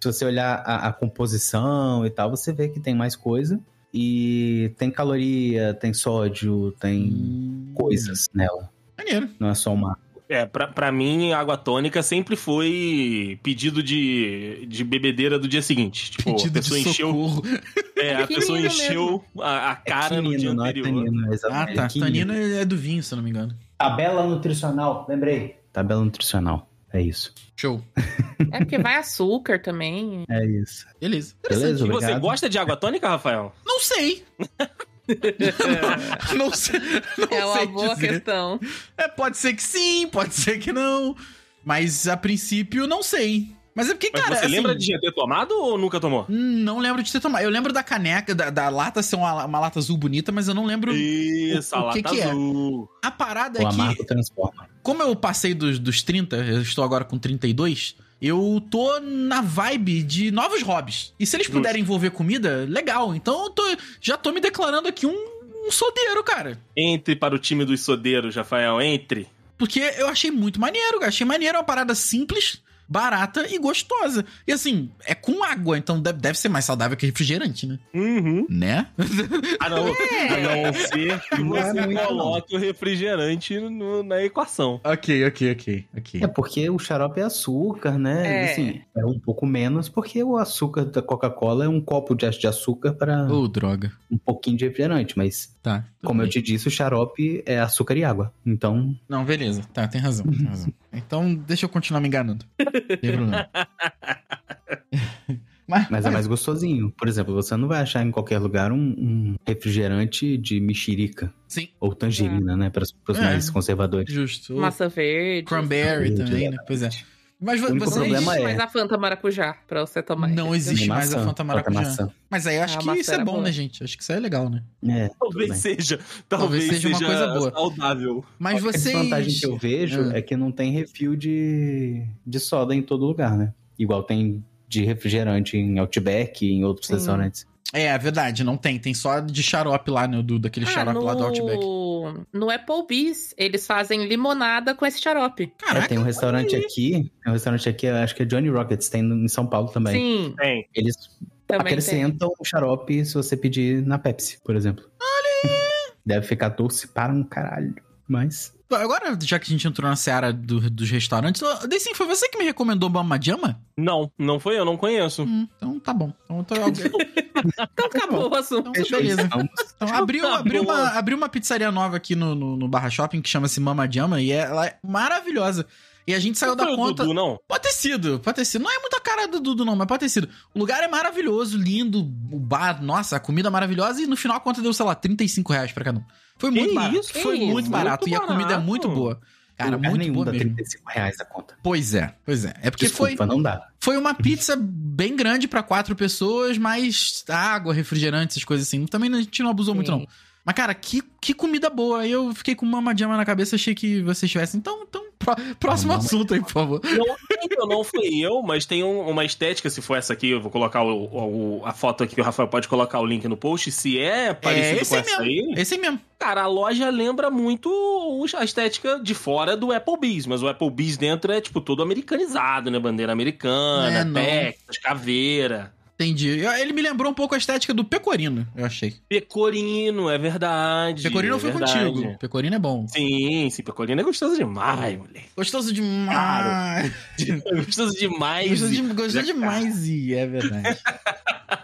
[SPEAKER 6] Se você olhar a, a composição e tal, você vê que tem mais coisa. E tem caloria, tem sódio, tem
[SPEAKER 4] Hum,
[SPEAKER 6] coisas nela.
[SPEAKER 4] Maneiro.
[SPEAKER 6] Não é só uma.
[SPEAKER 2] É, pra, pra mim, água tônica sempre foi pedido de, de bebedeira do dia seguinte. Tipo, a
[SPEAKER 4] Pedido
[SPEAKER 2] pessoa
[SPEAKER 4] de
[SPEAKER 2] encheu.
[SPEAKER 4] socorro.
[SPEAKER 2] É, a
[SPEAKER 3] Que
[SPEAKER 2] pessoa
[SPEAKER 3] menino
[SPEAKER 2] encheu a, a cara no dia
[SPEAKER 6] não é
[SPEAKER 2] anterior.
[SPEAKER 6] tanino, é
[SPEAKER 4] Ah,
[SPEAKER 6] exatamente.
[SPEAKER 4] tá.
[SPEAKER 6] Quinino.
[SPEAKER 4] Tanino é do vinho, se eu não me engano.
[SPEAKER 6] Tabela nutricional, lembrei. Tabela nutricional. É isso.
[SPEAKER 4] Show.
[SPEAKER 3] É porque vai açúcar também.
[SPEAKER 6] É isso.
[SPEAKER 4] Beleza.
[SPEAKER 6] Beleza,
[SPEAKER 2] E você
[SPEAKER 6] é obrigado.
[SPEAKER 2] gosta de água tônica, Rafael?
[SPEAKER 4] Não sei. não sei. Não
[SPEAKER 3] É uma
[SPEAKER 4] sei
[SPEAKER 3] boa
[SPEAKER 4] dizer.
[SPEAKER 3] questão.
[SPEAKER 4] É, pode ser que sim, pode ser que não. Mas a princípio, não sei. Mas é porque,
[SPEAKER 2] Mas
[SPEAKER 4] cara.
[SPEAKER 2] você
[SPEAKER 4] assim,
[SPEAKER 2] lembra de já ter tomado ou nunca tomou?
[SPEAKER 4] Hum, Não lembro de ter tomado. Eu lembro da caneca, da, da lata ser uma, uma lata azul bonita, mas eu não lembro.
[SPEAKER 2] Isso, a
[SPEAKER 4] o que
[SPEAKER 2] lata
[SPEAKER 4] que é?
[SPEAKER 2] azul.
[SPEAKER 4] A parada
[SPEAKER 6] O
[SPEAKER 4] é que.
[SPEAKER 6] amargo transforma.
[SPEAKER 4] Como eu passei dos, dos 30, eu estou agora com 32, eu tô na vibe de novos hobbies. E se eles
[SPEAKER 2] Justo.
[SPEAKER 4] puderem envolver comida, legal. Então eu tô- já tô me declarando aqui um, um solteiro, cara.
[SPEAKER 2] Entre para o time dos sodeiros, Rafael, entre.
[SPEAKER 4] Porque eu achei muito maneiro, cara. Achei maneiro, é uma parada simples, barata e gostosa. E assim, é com água, então deve, deve ser mais saudável que refrigerante, né?
[SPEAKER 2] Uhum.
[SPEAKER 4] Né?
[SPEAKER 2] Ah, não.
[SPEAKER 4] É.
[SPEAKER 2] A não ser que
[SPEAKER 6] Não é
[SPEAKER 2] você
[SPEAKER 6] muito, não.
[SPEAKER 2] coloque o refrigerante no- na equação.
[SPEAKER 4] Ok, ok, ok, ok.
[SPEAKER 6] É porque o xarope é açúcar, né?
[SPEAKER 3] É.
[SPEAKER 6] Assim, é um pouco menos, porque o açúcar da Coca-Cola é um copo de de açúcar para
[SPEAKER 4] Ô, droga.
[SPEAKER 6] um pouquinho de refrigerante, mas
[SPEAKER 4] Tá. tudo
[SPEAKER 6] Como eu
[SPEAKER 4] bem.
[SPEAKER 6] te disse, o xarope é açúcar e água. Então,
[SPEAKER 4] Não, beleza. Tá, tem razão, tem razão. Então, deixa eu continuar me enganando. Tem problema. Mas,
[SPEAKER 6] mas é mais gostosinho. Por exemplo, você não vai achar em qualquer lugar um, um refrigerante de mexerica
[SPEAKER 4] Sim,
[SPEAKER 6] ou tangerina, né? Para os
[SPEAKER 4] É.
[SPEAKER 6] mais conservadores.
[SPEAKER 4] justo. Ou
[SPEAKER 3] Maçã verde.
[SPEAKER 4] Cranberry
[SPEAKER 6] Exatamente.
[SPEAKER 4] também, né? Pois é. Mas
[SPEAKER 6] único
[SPEAKER 3] Não
[SPEAKER 6] O
[SPEAKER 4] vocês...
[SPEAKER 6] problema
[SPEAKER 3] existe
[SPEAKER 6] é-
[SPEAKER 3] mais a Fanta Maracujá pra você tomar.
[SPEAKER 4] Não existe.
[SPEAKER 6] E
[SPEAKER 4] mais a Fanta maracujá.
[SPEAKER 6] maçã.
[SPEAKER 4] Mas aí eu acho
[SPEAKER 3] A
[SPEAKER 4] que
[SPEAKER 3] maçã
[SPEAKER 4] isso é
[SPEAKER 3] era
[SPEAKER 4] bom,
[SPEAKER 3] boa.
[SPEAKER 4] né, gente? Acho que isso é legal, né?
[SPEAKER 6] É, tudo
[SPEAKER 2] Talvez
[SPEAKER 6] bem.
[SPEAKER 2] seja. Talvez, seja uma coisa boa. saudável.
[SPEAKER 4] Mas
[SPEAKER 6] A
[SPEAKER 4] vocês...
[SPEAKER 6] desvantagem que eu vejo
[SPEAKER 4] Ah.
[SPEAKER 6] é que não tem refil de, de soda em todo lugar, né? Igual tem de refrigerante em Outback e em outros
[SPEAKER 3] Sim.
[SPEAKER 6] restaurantes.
[SPEAKER 4] É, é verdade, não tem. Tem só de xarope lá, né? Do, daquele
[SPEAKER 3] Ah,
[SPEAKER 4] xarope lá do Outback.
[SPEAKER 3] no... no Applebee's, eles fazem limonada com esse xarope.
[SPEAKER 6] É,
[SPEAKER 4] Caraca,
[SPEAKER 6] tem um restaurante aqui, tem um restaurante aqui, eu acho que é Johnny Rockets, tem em São Paulo também. Tá
[SPEAKER 3] Sim,
[SPEAKER 2] Tem.
[SPEAKER 6] Eles
[SPEAKER 3] também tem.
[SPEAKER 6] acrescentam o xarope se você pedir na Pepsi, por exemplo. Olha! Deve ficar doce para um caralho. Mas.
[SPEAKER 4] agora já que a gente entrou na seara do- dos restaurantes, ó, Deicin, foi você que me recomendou Mama Jama?
[SPEAKER 2] Não, não foi eu, não conheço.
[SPEAKER 4] Hum, então tá bom. Então, eu tô- então
[SPEAKER 3] Então acabou o assunto.
[SPEAKER 4] então, beleza.
[SPEAKER 6] Então,
[SPEAKER 4] Então, abriu,
[SPEAKER 2] Tá
[SPEAKER 4] abriu,
[SPEAKER 2] boa.
[SPEAKER 4] uma, abriu uma pizzaria nova aqui no, no, no Barra Shopping que chama-se Mama Jama e ela é maravilhosa. E a gente saiu
[SPEAKER 2] Não foi
[SPEAKER 4] da
[SPEAKER 2] o
[SPEAKER 4] conta.
[SPEAKER 2] Dudu, não.
[SPEAKER 4] Pode ter sido, pode ter sido. Não é muita cara do Dudu, não, mas pode ter sido. O lugar é maravilhoso, lindo, o bar, nossa, a comida maravilhosa. E no final a conta deu, sei lá, 35 reais pra cada um. Foi
[SPEAKER 2] Que
[SPEAKER 4] muito barato.
[SPEAKER 2] isso, que
[SPEAKER 4] Foi
[SPEAKER 3] isso,
[SPEAKER 4] muito
[SPEAKER 2] muito
[SPEAKER 4] barato. e a comida é
[SPEAKER 2] barato.
[SPEAKER 4] muito boa. Cara,
[SPEAKER 6] lugar
[SPEAKER 4] muito
[SPEAKER 6] nenhum
[SPEAKER 4] boa
[SPEAKER 6] dá
[SPEAKER 4] mesmo.
[SPEAKER 6] 35 reais a conta.
[SPEAKER 4] Pois é, pois é. É porque
[SPEAKER 6] Desculpa,
[SPEAKER 4] foi,
[SPEAKER 6] não dá.
[SPEAKER 4] foi uma pizza bem grande pra quatro pessoas, mas água, refrigerante, essas coisas assim. Também a gente não abusou muito, não.
[SPEAKER 3] Sim.
[SPEAKER 4] Mas, cara, que, que comida boa. Aí Eu fiquei com mamadjama na cabeça, achei que vocês tivessem. Então, então pró- próximo
[SPEAKER 6] Mama
[SPEAKER 4] assunto aí, por favor.
[SPEAKER 2] Não, então, não fui eu, mas tem um- uma estética, se for essa aqui, eu vou colocar o- o- a foto aqui, o Rafael pode colocar o link no post. Se é parecido
[SPEAKER 4] esse
[SPEAKER 2] com
[SPEAKER 4] aí
[SPEAKER 2] essa
[SPEAKER 4] mesmo.
[SPEAKER 2] aí,
[SPEAKER 4] Esse aí mesmo.
[SPEAKER 2] cara, a loja lembra muito os- a estética de fora do Applebee's, mas o Applebee's dentro é, tipo, todo americanizado, né? Bandeira
[SPEAKER 4] É,
[SPEAKER 2] americana,
[SPEAKER 4] não.
[SPEAKER 2] Texas, caveira,
[SPEAKER 4] Entendi. Eu- ele me lembrou um pouco a estética do pecorino, eu achei.
[SPEAKER 2] pecorino, é verdade.
[SPEAKER 4] Pecorino eu
[SPEAKER 2] é
[SPEAKER 4] fui
[SPEAKER 2] verdade.
[SPEAKER 4] contigo. Pecorino é bom.
[SPEAKER 2] Sim, sim, pecorino é gostoso demais, moleque.
[SPEAKER 4] Gostoso demais.
[SPEAKER 2] É gostoso demais.
[SPEAKER 4] Ah, Gostoso, de- gostoso
[SPEAKER 2] Cara,
[SPEAKER 4] demais, e é verdade.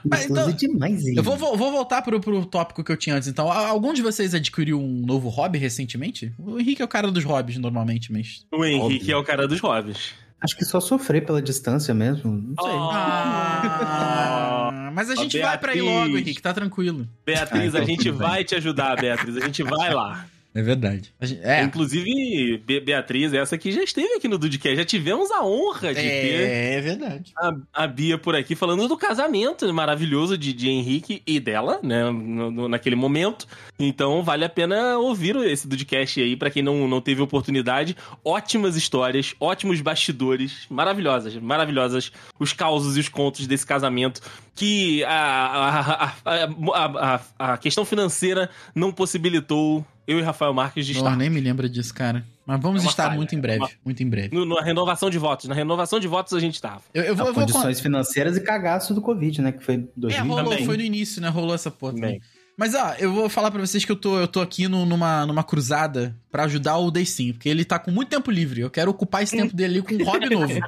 [SPEAKER 4] Mas, então,
[SPEAKER 6] Gostoso é demais, hein?
[SPEAKER 4] Eu vou, vou- vou voltar pro, pro tópico que eu tinha antes, então. A- Algum de vocês adquiriu um novo hobby recentemente? O Henrique é o cara dos hobbies, normalmente, mas...
[SPEAKER 2] O Henrique
[SPEAKER 6] Óbvio.
[SPEAKER 2] é o cara dos hobbies.
[SPEAKER 6] Acho que só sofrer pela distância mesmo. Não sei.
[SPEAKER 4] Ah, mas a gente vai pra aí logo,
[SPEAKER 2] Beatriz.
[SPEAKER 4] Henrique, tá tranquilo.
[SPEAKER 2] Beatriz,
[SPEAKER 6] Ah, então
[SPEAKER 2] a gente
[SPEAKER 6] tudo bem.
[SPEAKER 2] vai te ajudar, Beatriz. A gente vai lá.
[SPEAKER 4] É verdade. É,
[SPEAKER 2] Inclusive, Be- Beatriz, essa aqui já esteve aqui no Dudcast. Já tivemos a honra de ter
[SPEAKER 4] é, é verdade.
[SPEAKER 2] a, a Bia por aqui falando do casamento maravilhoso de, de Henrique e dela, né? no- no- naquele momento. Então, vale a pena ouvir esse Dudcast aí, pra quem não, não teve oportunidade. Ótimas histórias, ótimos bastidores, maravilhosas, maravilhosas os causos e os contos desse casamento. Que a, a, a, a- a- a questão financeira não possibilitou eu e Rafael Marques de
[SPEAKER 4] Não,
[SPEAKER 2] estar.
[SPEAKER 4] nem me lembra disso, cara. Mas vamos
[SPEAKER 2] É uma
[SPEAKER 4] estar
[SPEAKER 2] falha,
[SPEAKER 4] muito em
[SPEAKER 2] é
[SPEAKER 4] breve,
[SPEAKER 2] uma-
[SPEAKER 4] muito em breve.
[SPEAKER 2] No- na renovação de votos. Na renovação de votos a gente tava.
[SPEAKER 4] Eu, eu vou...
[SPEAKER 6] Ah,
[SPEAKER 4] Eu vou
[SPEAKER 6] condições financeiras e cagaço do Covid, né? Que foi
[SPEAKER 4] É,
[SPEAKER 6] 2000.
[SPEAKER 4] rolou,
[SPEAKER 2] Também.
[SPEAKER 4] foi no início, né? Rolou essa porra também.
[SPEAKER 2] Também.
[SPEAKER 4] Mas, ó, eu vou falar pra vocês que eu tô, eu tô aqui no- numa, numa cruzada pra ajudar o Deicin, porque ele tá com muito tempo livre. Eu quero ocupar esse tempo dele ali com um hobby novo.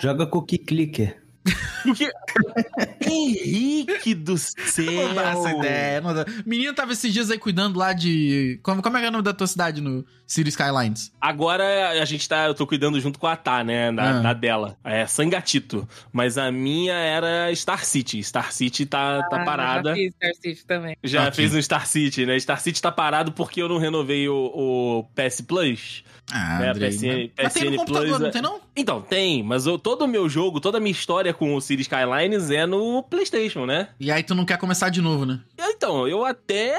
[SPEAKER 6] Joga cookie clicker.
[SPEAKER 2] Porque... Henrique do céu!
[SPEAKER 4] Não dá essa ideia. Não dá. Menino é, tava esses dias aí cuidando lá de. Como, como é que é o nome da tua cidade no City Skylines?
[SPEAKER 2] Agora a gente tá. Eu tô cuidando junto com a Tá, né? Da,
[SPEAKER 4] Ah.
[SPEAKER 2] da dela. É Sangatito. Mas a minha era Star City. Star City tá, tá
[SPEAKER 3] Ah,
[SPEAKER 2] parada.
[SPEAKER 3] Já fiz Star City também.
[SPEAKER 2] Já
[SPEAKER 4] Aqui.
[SPEAKER 2] fez um Star City, né? Star City tá parado porque eu não renovei o, o PS Plus.
[SPEAKER 4] Ah,
[SPEAKER 2] É,
[SPEAKER 4] Andrei,
[SPEAKER 2] PSN
[SPEAKER 4] mas tem no
[SPEAKER 2] Plus,
[SPEAKER 4] computador,
[SPEAKER 2] é-
[SPEAKER 4] não tem não?
[SPEAKER 2] Então, tem, mas eu- todo o meu jogo, toda a minha história com o Cities Skylines é no PlayStation, né?
[SPEAKER 4] E aí tu não quer começar de novo, né?
[SPEAKER 2] Então, eu até.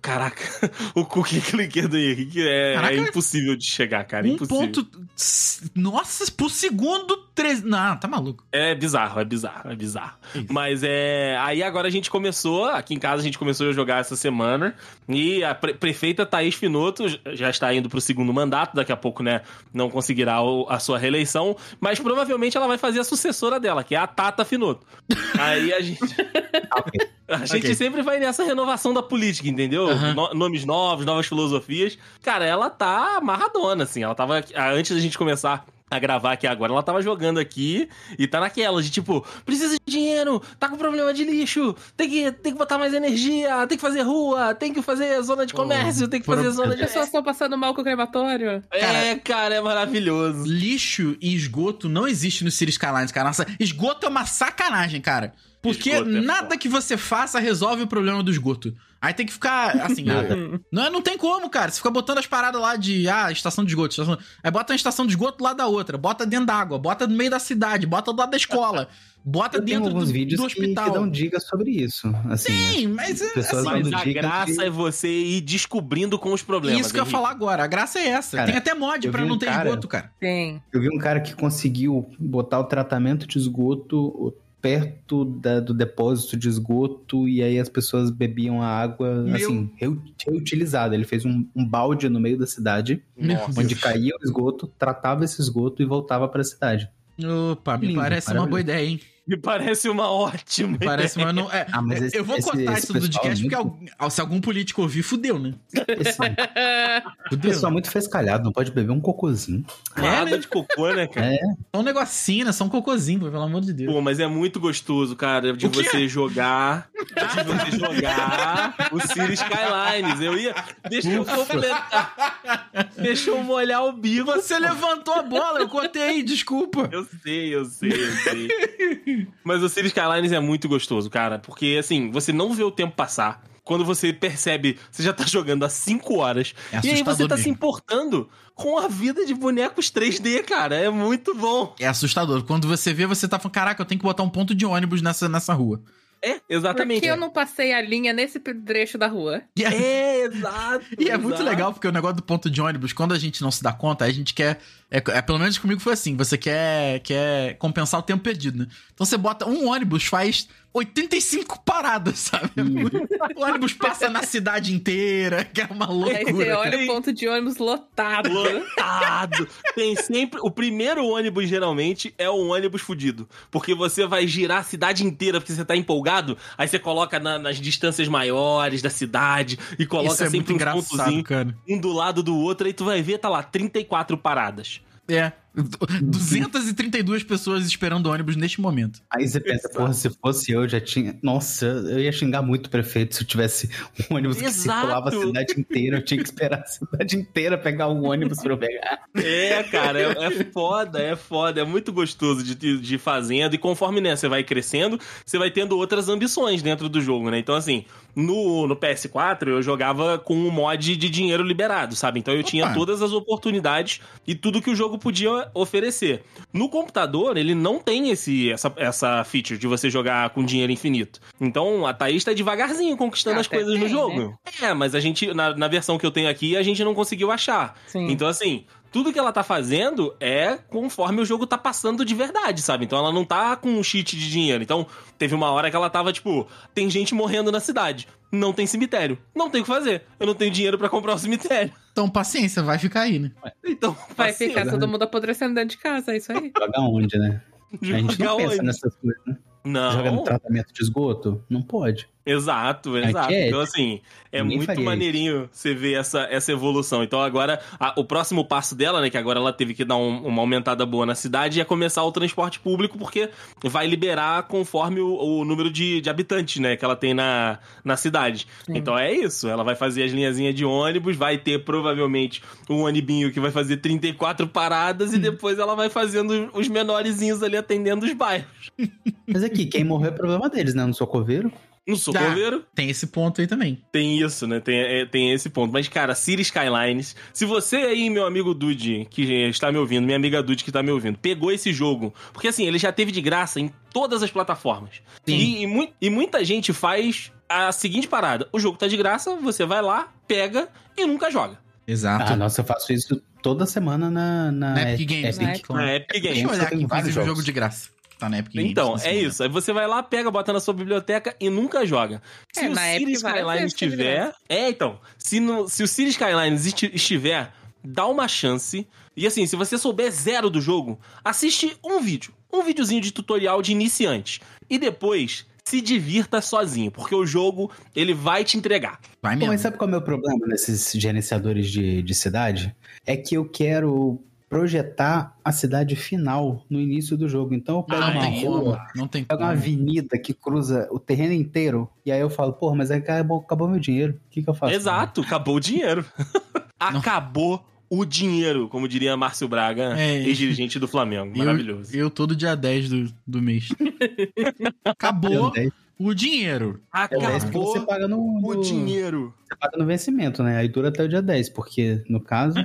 [SPEAKER 2] Caraca, o cookie clicker do Henrique é,
[SPEAKER 4] Caraca.
[SPEAKER 2] é impossível de chegar, cara.
[SPEAKER 4] um
[SPEAKER 2] impossível.
[SPEAKER 4] ponto. Nossa, por segundo, três. Não, tá maluco.
[SPEAKER 2] É bizarro, é bizarro, é bizarro.
[SPEAKER 4] Isso.
[SPEAKER 2] Mas é. Aí agora a gente começou, aqui em casa a gente começou a jogar essa semana. E a pre- prefeita Thaís Finoto j- já está indo pro segundo mandato, daqui a pouco, né? Não conseguirá o- a sua reeleição. Mas provavelmente ela vai fazer a sucessora dela, que é a Tata Finoto. Aí a gente. A gente
[SPEAKER 4] Ok.
[SPEAKER 2] sempre vai nessa renovação da política, entendeu?
[SPEAKER 4] Aham.
[SPEAKER 2] No- nomes novos, novas filosofias. Cara, ela tá amarradona, assim. Ela tava. ah, Antes da gente começar a gravar aqui agora, ela tava jogando aqui e tá naquela de tipo, precisa de dinheiro, tá com problema de lixo, tem que, tem que botar mais energia, tem que fazer rua, tem que fazer zona de
[SPEAKER 4] Oh,
[SPEAKER 2] comércio, tem que fazer
[SPEAKER 4] pro-
[SPEAKER 2] zona
[SPEAKER 3] As
[SPEAKER 2] de.
[SPEAKER 3] pessoas estão passando mal com o crematório.
[SPEAKER 2] É, cara, é maravilhoso.
[SPEAKER 4] Lixo e esgoto não existe no City Skylines, cara. Nossa, esgoto é uma sacanagem, cara. Porque
[SPEAKER 2] Esgoto é
[SPEAKER 4] nada que você faça resolve o problema do esgoto. Aí tem que ficar, assim,
[SPEAKER 6] Nada.
[SPEAKER 3] Hum,
[SPEAKER 4] Não, não tem como, cara. Você fica botando as paradas lá de, ah, estação de esgoto. Estação... Aí bota uma estação de esgoto lá da outra, bota dentro d'água, bota no meio da cidade, bota do lado da escola, bota
[SPEAKER 6] Eu tenho
[SPEAKER 4] Tá dentro
[SPEAKER 6] alguns
[SPEAKER 4] do,
[SPEAKER 6] vídeos
[SPEAKER 4] do
[SPEAKER 6] que- que,
[SPEAKER 4] hospital.
[SPEAKER 6] dão dicas sobre isso. Assim, né?
[SPEAKER 4] Sim, mas é
[SPEAKER 6] Pessoas
[SPEAKER 4] assim,
[SPEAKER 2] Mas
[SPEAKER 6] dando
[SPEAKER 2] a
[SPEAKER 6] dicas
[SPEAKER 2] graça é você ir descobrindo com os problemas.
[SPEAKER 4] isso que eu ia
[SPEAKER 2] Henrique.
[SPEAKER 4] falar agora. A graça é essa.
[SPEAKER 6] Cara,
[SPEAKER 4] tem até mod
[SPEAKER 6] eu
[SPEAKER 4] pra
[SPEAKER 6] vi um
[SPEAKER 4] não ter
[SPEAKER 6] cara-
[SPEAKER 4] esgoto, cara.
[SPEAKER 3] Tem.
[SPEAKER 6] Eu vi um cara que conseguiu botar o tratamento de esgoto perto da- do depósito de esgoto e aí as pessoas bebiam a água,
[SPEAKER 4] Meu-
[SPEAKER 6] assim, reu- reutilizada. Ele fez um, um balde no meio da cidade,
[SPEAKER 4] Meu
[SPEAKER 2] Nossa.
[SPEAKER 6] onde caía o esgoto, tratava esse esgoto e voltava pra cidade.
[SPEAKER 4] Opa, me
[SPEAKER 6] Lindo,
[SPEAKER 4] parece uma boa
[SPEAKER 6] maravilhoso.
[SPEAKER 4] ideia, hein?
[SPEAKER 2] Me parece uma ótima.
[SPEAKER 4] Parece uma. Não, é,
[SPEAKER 6] Ah, mas esse-
[SPEAKER 4] eu vou
[SPEAKER 6] esse-
[SPEAKER 4] cortar
[SPEAKER 6] esse
[SPEAKER 4] isso do
[SPEAKER 6] pessoal é
[SPEAKER 4] podcast porque
[SPEAKER 6] muito-
[SPEAKER 4] algum- ah, se algum político ouvir, fudeu, né?
[SPEAKER 6] Esse
[SPEAKER 3] Ah,
[SPEAKER 4] Ah, Fudeu.
[SPEAKER 6] pessoal é muito fescalhado, não pode beber um cocôzinho.
[SPEAKER 2] Uma
[SPEAKER 4] É,
[SPEAKER 2] água
[SPEAKER 4] né?
[SPEAKER 2] de cocô, né, cara?
[SPEAKER 4] Só um negocinho, né? Só um cocôzinho, pô, pelo amor de Deus.
[SPEAKER 2] Pô, mas é muito gostoso, cara, de
[SPEAKER 4] O quê?
[SPEAKER 2] você jogar. De você jogar o City Skylines. Eu ia. Deixa eu completar. Deixa eu molhar o bico.
[SPEAKER 4] Você levantou a bola, eu cortei, desculpa.
[SPEAKER 2] Eu sei, eu sei, eu sei. Mas o City Skylines é muito gostoso, cara. Porque, assim, você não vê o tempo passar. Quando você percebe, você já tá jogando há 5 horas.
[SPEAKER 4] É
[SPEAKER 2] e aí você tá se
[SPEAKER 4] mesmo.
[SPEAKER 2] importando com a vida de bonecos 3D, cara. É muito bom.
[SPEAKER 4] É assustador. Quando você vê, você tá falando, caraca, eu tenho que botar um ponto de ônibus nessa, nessa rua.
[SPEAKER 2] É,
[SPEAKER 3] Por
[SPEAKER 2] exatamente.
[SPEAKER 3] que eu não passei a linha nesse trecho da rua?
[SPEAKER 4] E é,
[SPEAKER 2] É, exato.
[SPEAKER 4] e é muito legal, porque o negócio do ponto de ônibus, quando a gente não se dá conta, a gente quer. É, é, pelo menos comigo foi assim, você quer, quer compensar o tempo perdido, né? Então você bota um ônibus, faz 85 paradas, sabe? o ônibus passa na cidade inteira, que é uma
[SPEAKER 3] Aí você
[SPEAKER 4] loucura.
[SPEAKER 3] olha o ponto de ônibus lotado.
[SPEAKER 2] Lotado. Tem sempre. O primeiro ônibus, geralmente, é o ônibus fudido. Porque você vai girar a cidade inteira porque você tá empolgado. Aí você coloca na- nas distâncias maiores da cidade e coloca
[SPEAKER 4] Isso é muito
[SPEAKER 2] sempre um
[SPEAKER 4] engraçado,
[SPEAKER 2] pontozinho
[SPEAKER 4] cara.
[SPEAKER 2] um do lado do outro. Aí tu vai ver, tá lá, 34 paradas.
[SPEAKER 4] É. 232 pessoas esperando o ônibus neste momento.
[SPEAKER 6] Aí você pensa, porra, se fosse eu, já tinha. Nossa, eu ia xingar muito o prefeito se eu tivesse um ônibus que
[SPEAKER 2] Exato.
[SPEAKER 6] circulava a cidade inteira. Eu tinha que esperar a cidade inteira pegar um ônibus pra eu pegar.
[SPEAKER 2] É, cara, é, é foda, é foda, é muito gostoso de, de, de ir fazendo. E conforme né, você vai crescendo, você vai tendo outras ambições dentro do jogo, né? Então, assim, no, no PS4 eu jogava com um mod de dinheiro liberado, sabe? Então eu tinha
[SPEAKER 4] Opa.
[SPEAKER 2] todas as oportunidades e tudo que o jogo podia oferecer. No computador, ele não tem esse, essa, essa feature de você jogar com dinheiro infinito. Então a Thaís tá devagarzinho conquistando
[SPEAKER 3] Ah,
[SPEAKER 2] as
[SPEAKER 3] até
[SPEAKER 2] coisas no
[SPEAKER 3] tem,
[SPEAKER 2] jogo. É, mas a gente, na, na versão que eu tenho aqui, a gente não conseguiu achar.
[SPEAKER 3] Sim.
[SPEAKER 2] Então, assim, tudo que ela tá fazendo é conforme o jogo tá passando de verdade, sabe? Então ela não tá com um cheat de dinheiro. Então, teve uma hora que ela tava, tipo, tem gente morrendo na cidade. Não tem cemitério. Não tem o que fazer. Eu não tenho dinheiro pra comprar o cemitério.
[SPEAKER 4] Então, paciência, vai ficar aí, né?
[SPEAKER 2] Então,
[SPEAKER 3] Vai
[SPEAKER 2] paciência.
[SPEAKER 3] ficar todo mundo apodrecendo dentro de casa, é isso aí.
[SPEAKER 6] Joga onde, né? A gente
[SPEAKER 2] Jogar
[SPEAKER 6] não pensa
[SPEAKER 2] onde?
[SPEAKER 6] nessas coisas, né?
[SPEAKER 2] Não.
[SPEAKER 6] Joga no tratamento de esgoto? Não pode.
[SPEAKER 2] Exato, exato.
[SPEAKER 6] Antiético.
[SPEAKER 2] Então, assim, é
[SPEAKER 6] Ninguém faria
[SPEAKER 2] muito
[SPEAKER 6] isso.
[SPEAKER 2] maneirinho você ver essa, essa evolução. Então, agora, a- o próximo passo dela, né, que agora ela teve que dar um- uma aumentada boa na cidade, é começar o transporte público, porque vai liberar conforme o, o número de, de habitantes, né, que ela tem na, na cidade. Então, é isso. Ela vai fazer as linhazinhas de ônibus, vai ter provavelmente um ônibinho que vai fazer 34 paradas
[SPEAKER 6] Hum.
[SPEAKER 2] e depois ela vai fazendo os menorezinhos ali atendendo os bairros.
[SPEAKER 6] Mas aqui, quem morreu é problema deles, né? Eu Não sou coveiro.
[SPEAKER 2] No sou
[SPEAKER 4] Tá.
[SPEAKER 2] coveiro.
[SPEAKER 4] Tem esse ponto aí também.
[SPEAKER 2] Tem isso, né? Tem, é, tem esse ponto. Mas, cara, City Skylines. Se você aí, meu amigo Dude, que está me ouvindo, minha amiga Dude que está me ouvindo, pegou esse jogo. Porque assim, ele já teve de graça em todas as plataformas.
[SPEAKER 4] Sim.
[SPEAKER 2] E, e mui- e muita gente faz a seguinte parada: o jogo tá de graça, você vai lá, pega e nunca joga.
[SPEAKER 4] Exato.
[SPEAKER 6] Ah, nossa, eu faço isso toda semana na, na,
[SPEAKER 4] Na Epic Games, né?
[SPEAKER 6] Epic.
[SPEAKER 4] Claro.
[SPEAKER 2] É Epic
[SPEAKER 6] Tem
[SPEAKER 2] Games.
[SPEAKER 4] Deixa eu
[SPEAKER 6] isso,
[SPEAKER 4] olhar
[SPEAKER 6] tem
[SPEAKER 4] aqui,
[SPEAKER 6] vários
[SPEAKER 4] inclusive, o jogo
[SPEAKER 6] jogos.
[SPEAKER 4] de graça. que Tá na Epic Games.
[SPEAKER 2] Então,
[SPEAKER 4] nessa
[SPEAKER 2] é
[SPEAKER 4] semana.
[SPEAKER 2] isso. Aí você vai lá, pega, bota na sua biblioteca e nunca joga. Se
[SPEAKER 3] É,
[SPEAKER 2] o
[SPEAKER 3] na
[SPEAKER 2] City
[SPEAKER 3] Epic várias
[SPEAKER 2] Skylines
[SPEAKER 3] vezes tá de
[SPEAKER 2] tiver.
[SPEAKER 3] graça.
[SPEAKER 2] É, então. Se, no- se o City Skylines esti- estiver, dá uma chance. E assim, se você souber zero do jogo, assiste um vídeo. Um videozinho de tutorial de iniciante. E depois. Se divirta sozinho, porque o jogo ele vai te entregar.
[SPEAKER 4] Vai
[SPEAKER 6] Pô,
[SPEAKER 4] mesmo.
[SPEAKER 6] mas sabe qual é o meu problema nesses gerenciadores de, de cidade? É que eu quero projetar a cidade final no início do jogo. Então eu pego
[SPEAKER 4] Ah, não
[SPEAKER 6] uma
[SPEAKER 4] tem
[SPEAKER 6] rua,
[SPEAKER 4] como. Não tem
[SPEAKER 6] pego
[SPEAKER 2] Uhum.
[SPEAKER 6] uma
[SPEAKER 4] como.
[SPEAKER 6] avenida que cruza o terreno inteiro, e aí eu falo, pô, mas acabou, acabou meu dinheiro, o que, que eu faço?
[SPEAKER 2] Exato, acabou o dinheiro. acabou o dinheiro, como diria Márcio Braga,
[SPEAKER 4] É.
[SPEAKER 2] ex-dirigente do Flamengo.
[SPEAKER 4] Eu-
[SPEAKER 2] Maravilhoso.
[SPEAKER 4] Eu todo dia 10 do, do mês.
[SPEAKER 6] Deu
[SPEAKER 4] Acabou
[SPEAKER 6] 10,
[SPEAKER 4] o dinheiro.
[SPEAKER 6] é 10 porque
[SPEAKER 2] Acabou
[SPEAKER 6] você paga no,
[SPEAKER 2] o
[SPEAKER 6] no-
[SPEAKER 2] dinheiro.
[SPEAKER 6] você paga no vencimento, né? Aí dura até o dia 10, porque no
[SPEAKER 2] É
[SPEAKER 6] caso,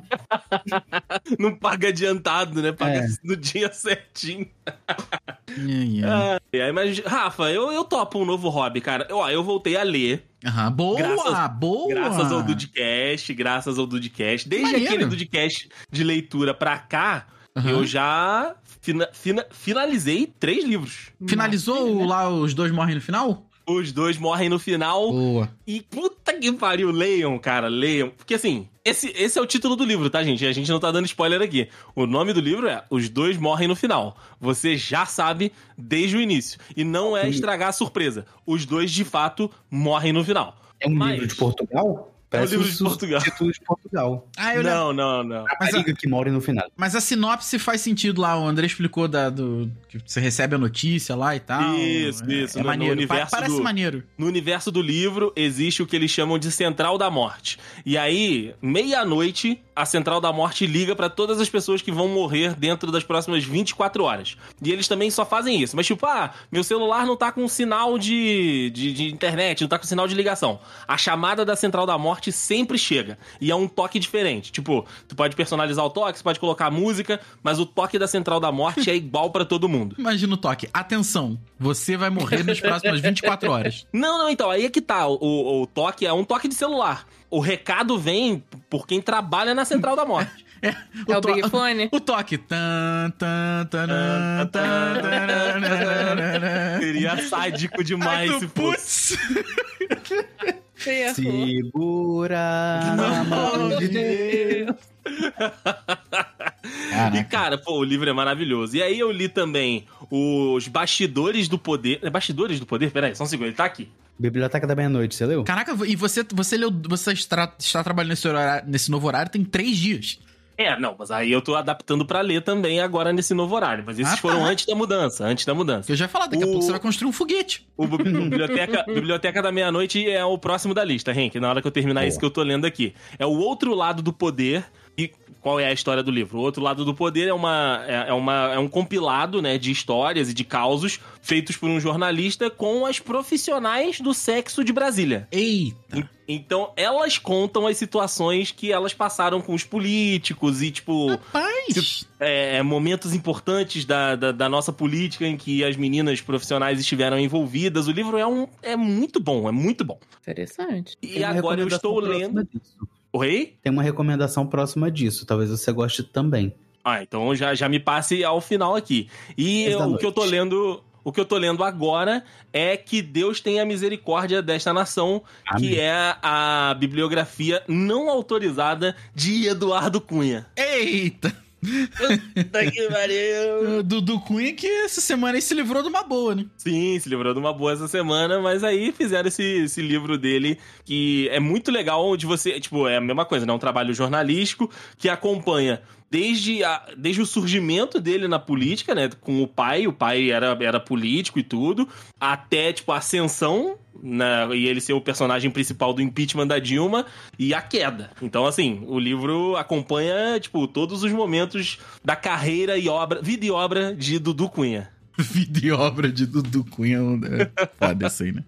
[SPEAKER 2] Não paga adiantado, né? Paga
[SPEAKER 6] É.
[SPEAKER 2] no dia certinho.
[SPEAKER 4] Ai, ai.
[SPEAKER 2] E aí, mas, Rafa, eu, eu topo um novo hobby, cara. Eu, ó, eu voltei a ler,
[SPEAKER 4] Aham, Ah, Boa,
[SPEAKER 2] Graças-
[SPEAKER 4] boa.
[SPEAKER 2] graças ao Dudcast, graças ao Dudcast. Desde
[SPEAKER 4] Maneiro.
[SPEAKER 2] aquele Dudcast de leitura pra cá,
[SPEAKER 4] Aham.
[SPEAKER 2] eu já fina- fina- finalizei três livros.
[SPEAKER 4] Finalizou o- lá os dois morrem no final?
[SPEAKER 2] Os dois morrem no final.
[SPEAKER 4] Boa.
[SPEAKER 2] E puta que pariu, leiam, cara, leiam. Porque assim, esse, esse é o título do livro, tá, gente? A gente não tá dando spoiler aqui. O nome do livro é Os Dois Morrem no Final. Você já sabe desde o início. E não é estragar a surpresa. Os dois, de fato, morrem no final.
[SPEAKER 6] é um
[SPEAKER 2] Mas-
[SPEAKER 6] livro de Portugal? Parece
[SPEAKER 2] um livro de
[SPEAKER 6] su-
[SPEAKER 2] Portugal.
[SPEAKER 6] título de Portugal.
[SPEAKER 4] Ah, eu
[SPEAKER 2] Não, não, não.
[SPEAKER 6] A
[SPEAKER 4] Mas a-
[SPEAKER 6] barriga que mora no final.
[SPEAKER 4] Mas a sinopse faz sentido lá, o André explicou da, do, que você recebe a notícia lá e tal.
[SPEAKER 2] Isso,
[SPEAKER 4] É-
[SPEAKER 2] isso,
[SPEAKER 4] É
[SPEAKER 2] no- no
[SPEAKER 4] maneiro. Pa-
[SPEAKER 2] universo
[SPEAKER 4] parece
[SPEAKER 2] do-
[SPEAKER 4] maneiro.
[SPEAKER 2] No universo do livro, existe o que eles chamam de Central da Morte. E aí, meia-noite, a Central da Morte liga pra todas as pessoas que vão morrer dentro das próximas 24 horas. E eles também só fazem isso. Mas, tipo, ah, meu celular não tá com sinal de, de, de internet, não tá com sinal de ligação. A chamada da Central da Morte sempre chega. E é um toque diferente. Tipo, tu pode personalizar o toque, você pode colocar música, mas o toque da Central da Morte é igual pra todo mundo.
[SPEAKER 4] Imagina o toque. Atenção, você vai morrer nas próximas 24 horas.
[SPEAKER 2] Não, não, então, aí é que tá. O, o- o toque é um toque de celular. O recado vem por quem trabalha na Central da Morte.
[SPEAKER 3] É o
[SPEAKER 4] to-
[SPEAKER 3] Big Fone.
[SPEAKER 4] o toque. Tan, tan, taran, tan, taran, taran.
[SPEAKER 2] Seria sádico
[SPEAKER 4] Ai,
[SPEAKER 2] demais
[SPEAKER 4] tu
[SPEAKER 2] se fosse.
[SPEAKER 4] putz.
[SPEAKER 3] é
[SPEAKER 2] É,
[SPEAKER 6] Segura na mão de Deus.
[SPEAKER 2] E, cara, pô, o livro é maravilhoso. E aí eu li também os Bastidores do Poder. É Bastidores do Poder? Peraí, só um segundo, ele tá aqui.
[SPEAKER 6] Biblioteca da Meia-Noite, você leu?
[SPEAKER 4] Caraca, e você, você leu. Você está, está trabalhando nesse, horário- nesse novo horário tem três dias.
[SPEAKER 2] É, não, mas aí eu tô adaptando pra ler também agora nesse novo horário. Mas esses
[SPEAKER 4] Ah, tá.
[SPEAKER 2] foram antes da mudança, antes da mudança.
[SPEAKER 4] Que eu já ia falar, daqui a
[SPEAKER 2] O-
[SPEAKER 4] pouco você vai construir um foguete.
[SPEAKER 2] O bu- o biblioteca, biblioteca da Meia-Noite é o próximo da lista, Henk. Na hora que eu terminar isso que eu tô lendo aqui. É o outro lado do poder. E qual é a história do livro? O outro lado do poder é, uma, é, é uma, é um compilado né, de histórias e de causos feitos por um jornalista com as profissionais do sexo de Brasília.
[SPEAKER 4] Eita.
[SPEAKER 2] Então, elas contam as situações que elas passaram com os políticos e, tipo,
[SPEAKER 4] Rapaz.
[SPEAKER 2] é, momentos importantes da, da, da nossa política em que as meninas profissionais estiveram envolvidas. O livro é, um, é muito bom, é muito bom.
[SPEAKER 3] Interessante.
[SPEAKER 2] E
[SPEAKER 6] Tem uma
[SPEAKER 2] agora eu
[SPEAKER 6] recomendação
[SPEAKER 2] estou
[SPEAKER 6] próxima
[SPEAKER 2] lendo.
[SPEAKER 6] disso.
[SPEAKER 2] Oi?
[SPEAKER 6] Tem uma recomendação próxima disso, talvez você goste também.
[SPEAKER 2] Ah, então já, já me passe ao final aqui. E
[SPEAKER 6] Dez da
[SPEAKER 2] o que eu tô
[SPEAKER 6] noite.
[SPEAKER 2] lendo. O que eu tô lendo agora é Que Deus tenha misericórdia desta nação, que é a bibliografia não autorizada de Eduardo Cunha.
[SPEAKER 4] Eita.
[SPEAKER 2] Puta que pariu.
[SPEAKER 4] O Ah, Dudu Cunha que essa semana aí se livrou de uma boa, né?
[SPEAKER 2] Sim, se livrou de uma boa essa semana, mas aí fizeram esse, esse livro dele que é muito legal, onde você, tipo, é a mesma coisa, né? Um trabalho jornalístico que acompanha desde, a- desde o surgimento dele na política, né? Com o pai, o pai era, era político e tudo, até, tipo, a ascensão, né? E ele ser o personagem principal do impeachment da Dilma e a queda. Então, assim, o livro acompanha, tipo, todos os momentos da carreira e obra, vida e obra de Dudu Cunha.
[SPEAKER 4] Vida e obra de Dudu Cunha. é Foda isso aí, né?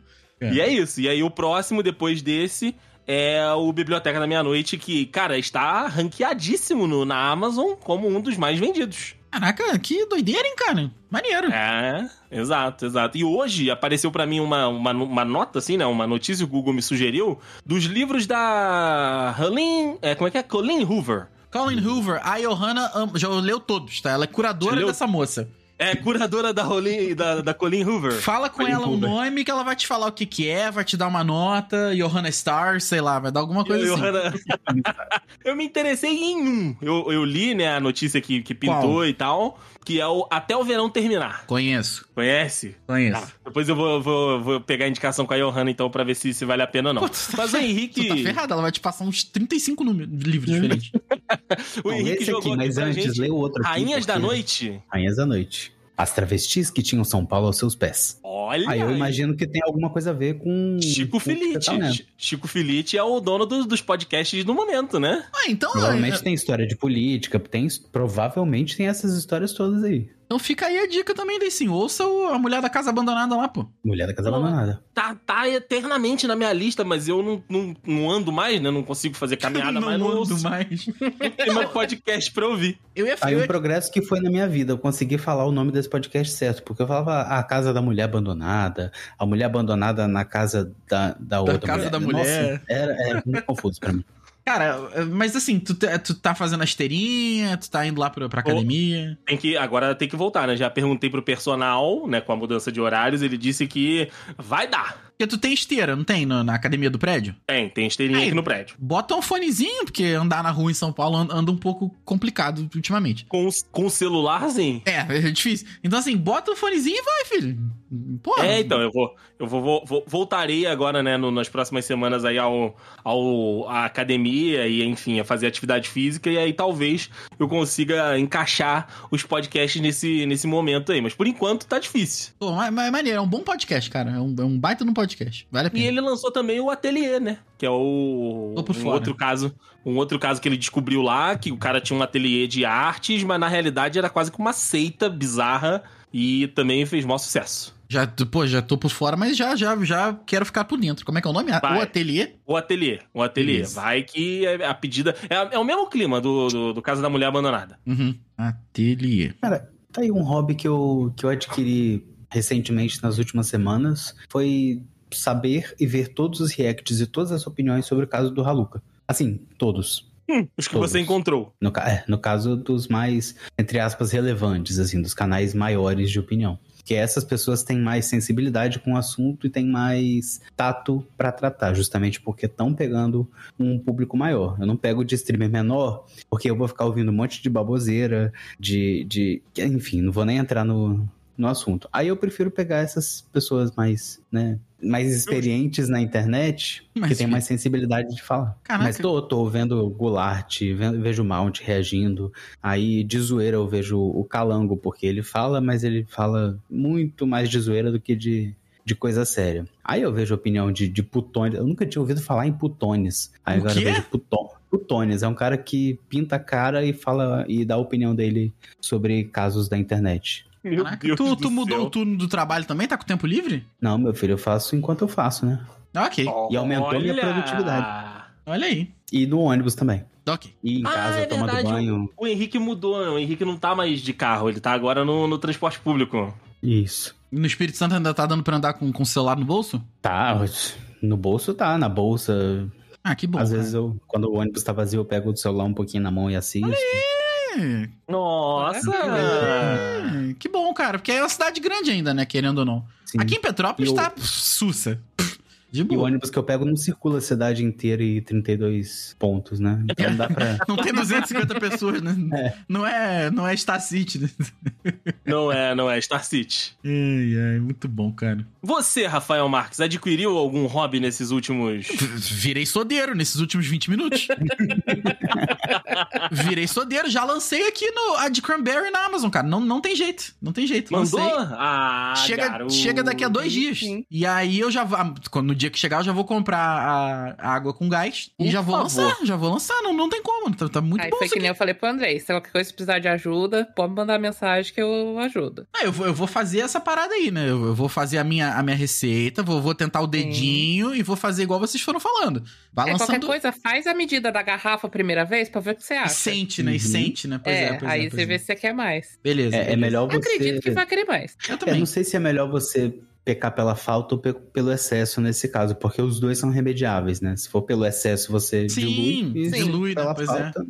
[SPEAKER 2] E é isso. E aí o próximo, depois desse, é o Biblioteca da Meia-Noite, que, cara, está ranqueadíssimo no, na Amazon como um dos mais vendidos.
[SPEAKER 4] Caraca, que doideira, hein, cara? Maneiro.
[SPEAKER 2] É, exato, exato. E hoje apareceu pra mim uma, uma, uma nota, assim, né? Uma notícia que o Google me sugeriu dos livros da Colleen. É, como é que é? Colleen Hoover.
[SPEAKER 4] Colin Hoover, a Johanna am- já leu todos, tá? Ela é curadora
[SPEAKER 2] Já leu?
[SPEAKER 4] dessa moça.
[SPEAKER 2] É, curadora da, Rolin, da, da Colleen Hoover.
[SPEAKER 4] Fala com
[SPEAKER 6] Colin
[SPEAKER 4] ela o
[SPEAKER 6] Hoover.
[SPEAKER 4] nome que ela vai te falar o que que é, vai te dar uma nota, Johanna Star, sei lá, vai dar alguma coisa
[SPEAKER 2] eu,
[SPEAKER 4] assim.
[SPEAKER 2] eu me interessei em um. Eu, eu li, né, a notícia que, que pintou
[SPEAKER 4] Qual?
[SPEAKER 2] e tal, que é o Até o Verão Terminar.
[SPEAKER 4] Conheço,
[SPEAKER 2] Conhece?
[SPEAKER 4] conheço.
[SPEAKER 2] Tá, depois eu vou, vou, vou pegar a indicação com a Johanna, então, pra ver se, se vale a pena ou não.
[SPEAKER 4] Pô, tu tá
[SPEAKER 2] Mas o
[SPEAKER 4] ferrado, Tu
[SPEAKER 2] Henrique.
[SPEAKER 4] tá ferrada, ela vai te passar uns 35 números- livros
[SPEAKER 2] Uhum.
[SPEAKER 4] diferentes.
[SPEAKER 2] o Henrique
[SPEAKER 6] Não, então, esse
[SPEAKER 2] jogou
[SPEAKER 6] aqui,
[SPEAKER 2] aqui
[SPEAKER 6] mas
[SPEAKER 2] pra
[SPEAKER 6] antes,
[SPEAKER 2] gente.
[SPEAKER 6] lê o outro aqui,
[SPEAKER 2] Rainhas da
[SPEAKER 6] porque-
[SPEAKER 2] Noite?
[SPEAKER 6] Rainhas da Noite. As travestis que tinham São Paulo aos seus pés.
[SPEAKER 2] Olha!
[SPEAKER 6] Aí eu imagino que tem alguma coisa a ver com. com
[SPEAKER 2] Chico
[SPEAKER 6] o que
[SPEAKER 2] Filite.
[SPEAKER 6] você tá lendo.
[SPEAKER 2] Chico Filite é o dono dos, dos podcasts no momento, né?
[SPEAKER 4] ah, então,
[SPEAKER 6] Provavelmente tem história de política, tem, provavelmente tem essas histórias todas aí.
[SPEAKER 4] então fica aí a dica também, daí sim. Ouça o A Mulher da Casa Abandonada lá, pô.
[SPEAKER 6] Mulher da Casa
[SPEAKER 2] Pô.
[SPEAKER 6] Abandonada.
[SPEAKER 2] Tá, tá eternamente na minha lista, mas eu não, não, não ando mais, né? Não consigo fazer caminhada
[SPEAKER 4] não
[SPEAKER 2] mais. não
[SPEAKER 4] ando
[SPEAKER 2] ouço.
[SPEAKER 4] mais.
[SPEAKER 2] Tem mais podcast pra ouvir.
[SPEAKER 4] Eu ia,
[SPEAKER 6] Aí
[SPEAKER 4] eu
[SPEAKER 6] um
[SPEAKER 4] ia-
[SPEAKER 6] progresso que foi na minha vida, eu consegui falar o nome desse podcast certo, porque eu falava "Ah, a casa da mulher abandonada, a mulher abandonada na casa da, da outra
[SPEAKER 4] casa da mulher.
[SPEAKER 6] Nossa, era, era muito confuso pra mim.
[SPEAKER 4] Cara, mas assim, tu, te- tu tá fazendo asteirinha, tu tá indo lá pra, pra academia.
[SPEAKER 2] Tem que, agora tem que voltar, né? Já perguntei pro personal, né? Com a mudança de horários, ele disse que vai dar.
[SPEAKER 4] Porque tu tem esteira, não tem? no- na academia do prédio?
[SPEAKER 2] Tem, tem esteirinha
[SPEAKER 4] Aí.
[SPEAKER 2] aqui no prédio.
[SPEAKER 4] Bota um fonezinho, porque andar na rua em São Paulo an- anda um pouco complicado ultimamente.
[SPEAKER 2] Com, o- com o celular, sim.
[SPEAKER 4] É, é difícil. Então assim, bota um fonezinho e vai, filho. Pô,
[SPEAKER 2] É, então, eu vou, eu vou, vou- vou- voltarei agora, né, no- nas próximas semanas aí ao, ao à academia e, enfim, a fazer atividade física e aí talvez eu consiga encaixar os podcasts nesse, nesse momento aí, mas por enquanto tá difícil.
[SPEAKER 4] pô, mas, mas é maneiro, é um bom podcast, cara. É um, é um baita no podcast. Vale a
[SPEAKER 2] E
[SPEAKER 4] pena.
[SPEAKER 2] ele lançou também o Ateliê, né, que é o
[SPEAKER 4] Tô por
[SPEAKER 2] um
[SPEAKER 4] fora.
[SPEAKER 2] outro caso, um outro caso que ele descobriu lá, que o cara tinha um ateliê de artes, mas na realidade era quase que uma seita bizarra e também fez maior sucesso.
[SPEAKER 4] Já, tu- pô, já tô por fora, mas já, já, já quero ficar por dentro. Como é que é o nome?
[SPEAKER 2] Vai.
[SPEAKER 4] O ateliê?
[SPEAKER 2] O ateliê, o ateliê.
[SPEAKER 4] Beleza.
[SPEAKER 2] Vai que é a pedida. É, é o mesmo clima do, do, do Casa da Mulher Abandonada.
[SPEAKER 4] Uhum. Ateliê.
[SPEAKER 6] Tá aí um hobby que eu, que eu adquiri recentemente nas últimas semanas, foi saber e ver todos os reacts e todas as opiniões sobre o caso do Haluca. Assim, todos.
[SPEAKER 2] Os que
[SPEAKER 6] Todos.
[SPEAKER 2] você encontrou.
[SPEAKER 6] No, ca- é, no caso dos mais, entre aspas, relevantes, assim, dos canais maiores de opinião. Que essas pessoas têm mais sensibilidade com o assunto e têm mais tato pra tratar, justamente porque estão pegando um público maior. Eu não pego de streamer menor, porque eu vou ficar ouvindo um monte de baboseira, de. de enfim, não vou nem entrar no, no assunto. Aí eu prefiro pegar essas pessoas mais, né, mais experientes na internet, que
[SPEAKER 4] Mas,
[SPEAKER 6] têm mais sensibilidade de falar.
[SPEAKER 4] Caraca.
[SPEAKER 6] Mas tô, tô vendo o Goulart, ve- vejo o Mount reagindo. Aí de zoeira eu vejo o Calango, porque ele fala, mas ele fala muito mais de zoeira do que de, de coisa séria. Aí eu vejo a opinião de, de Putones. Eu nunca tinha ouvido falar em Putones. Aí
[SPEAKER 4] O
[SPEAKER 6] agora
[SPEAKER 4] quê?
[SPEAKER 6] eu vejo Puton. Putones é um cara que pinta a cara e fala e dá a opinião dele sobre casos da internet.
[SPEAKER 2] Meu
[SPEAKER 4] Caraca, tu, tu mudou o turno do trabalho também? Tá com tempo livre?
[SPEAKER 6] Não, meu filho, eu faço enquanto eu faço, né?
[SPEAKER 4] Ok,
[SPEAKER 6] E aumentou a minha produtividade.
[SPEAKER 4] olha aí.
[SPEAKER 6] E no ônibus também.
[SPEAKER 4] Ok.
[SPEAKER 6] E em
[SPEAKER 2] Ah,
[SPEAKER 6] casa,
[SPEAKER 2] é
[SPEAKER 6] tomando
[SPEAKER 2] verdade.
[SPEAKER 6] banho.
[SPEAKER 2] O Henrique mudou, né? o Henrique não tá mais de carro, ele tá agora no, no transporte público.
[SPEAKER 6] Isso.
[SPEAKER 4] E No Espírito Santo ainda tá dando pra andar com, com o celular no bolso?
[SPEAKER 6] Tá, no bolso tá, na bolsa.
[SPEAKER 4] Ah, que bom.
[SPEAKER 6] Às
[SPEAKER 4] cara.
[SPEAKER 6] vezes eu, quando o ônibus tá vazio, eu pego o celular um pouquinho na mão e assisto.
[SPEAKER 4] É,
[SPEAKER 2] Nossa!
[SPEAKER 4] é, que bom, cara, porque é uma cidade grande ainda, né? Querendo ou não.
[SPEAKER 6] Sim.
[SPEAKER 4] Aqui em Petrópolis
[SPEAKER 6] E eu-
[SPEAKER 4] tá pff, sussa. Pff, De
[SPEAKER 6] E o
[SPEAKER 4] boa.
[SPEAKER 6] ônibus que eu pego não circula a cidade inteira e 32 pontos, né? Então não dá pra.
[SPEAKER 4] Não tem 250 pessoas, né? Não é, não é Star City, né?
[SPEAKER 2] Não é, não é. Star City.
[SPEAKER 4] Ai, ai, muito bom, cara.
[SPEAKER 2] Você, Rafael Marques, adquiriu algum hobby nesses últimos...
[SPEAKER 4] Virei sodeiro nesses últimos 20 minutos. Virei sodeiro, já lancei aqui no a de Cranberry na Amazon, cara. Não, não tem jeito, não tem jeito.
[SPEAKER 2] Mandou?
[SPEAKER 4] Lancei.
[SPEAKER 2] Ah,
[SPEAKER 4] chega,
[SPEAKER 2] garoto.
[SPEAKER 4] chega daqui a dois dias. E aí eu já vou. ah, quando- No dia que chegar, eu já vou comprar a, a água com gás. e
[SPEAKER 2] Por
[SPEAKER 4] já vou
[SPEAKER 2] favor.
[SPEAKER 4] lançar. Já vou lançar. Não, não tem como. Tá, tá muito
[SPEAKER 3] Aí
[SPEAKER 4] bom
[SPEAKER 3] foi
[SPEAKER 4] isso
[SPEAKER 3] que
[SPEAKER 4] aqui.
[SPEAKER 3] nem eu falei pro Andrei, se qualquer coisa precisar de ajuda, pode mandar mensagem que eu ajudo.
[SPEAKER 4] Ah, eu, vou, eu vou fazer essa parada aí, né? Eu, eu vou fazer a minha, a minha receita, vou, vou tentar o dedinho e vou fazer igual vocês foram falando. Vai
[SPEAKER 3] É, qualquer
[SPEAKER 4] lançando.
[SPEAKER 3] coisa, faz a medida da garrafa a primeira vez pra ver o que você
[SPEAKER 4] E
[SPEAKER 3] acha.
[SPEAKER 4] sente, né? E
[SPEAKER 6] Uhum.
[SPEAKER 4] sente, né? Pois
[SPEAKER 3] é,
[SPEAKER 4] é, pois
[SPEAKER 3] aí
[SPEAKER 4] é,
[SPEAKER 3] você
[SPEAKER 4] pois
[SPEAKER 3] vê se você quer mais.
[SPEAKER 4] Beleza.
[SPEAKER 6] É, é
[SPEAKER 4] beleza.
[SPEAKER 6] melhor você.
[SPEAKER 3] Acredito que vai querer mais.
[SPEAKER 4] Eu
[SPEAKER 6] Eu
[SPEAKER 4] também.
[SPEAKER 6] não sei se é melhor você pecar pela falta ou pe- pelo excesso nesse caso, porque os dois são remediáveis, né? Se for pelo excesso, você
[SPEAKER 4] Sim,
[SPEAKER 6] dilui. e
[SPEAKER 4] sim. dilui, né?
[SPEAKER 6] pela
[SPEAKER 4] Pois é.
[SPEAKER 6] falta.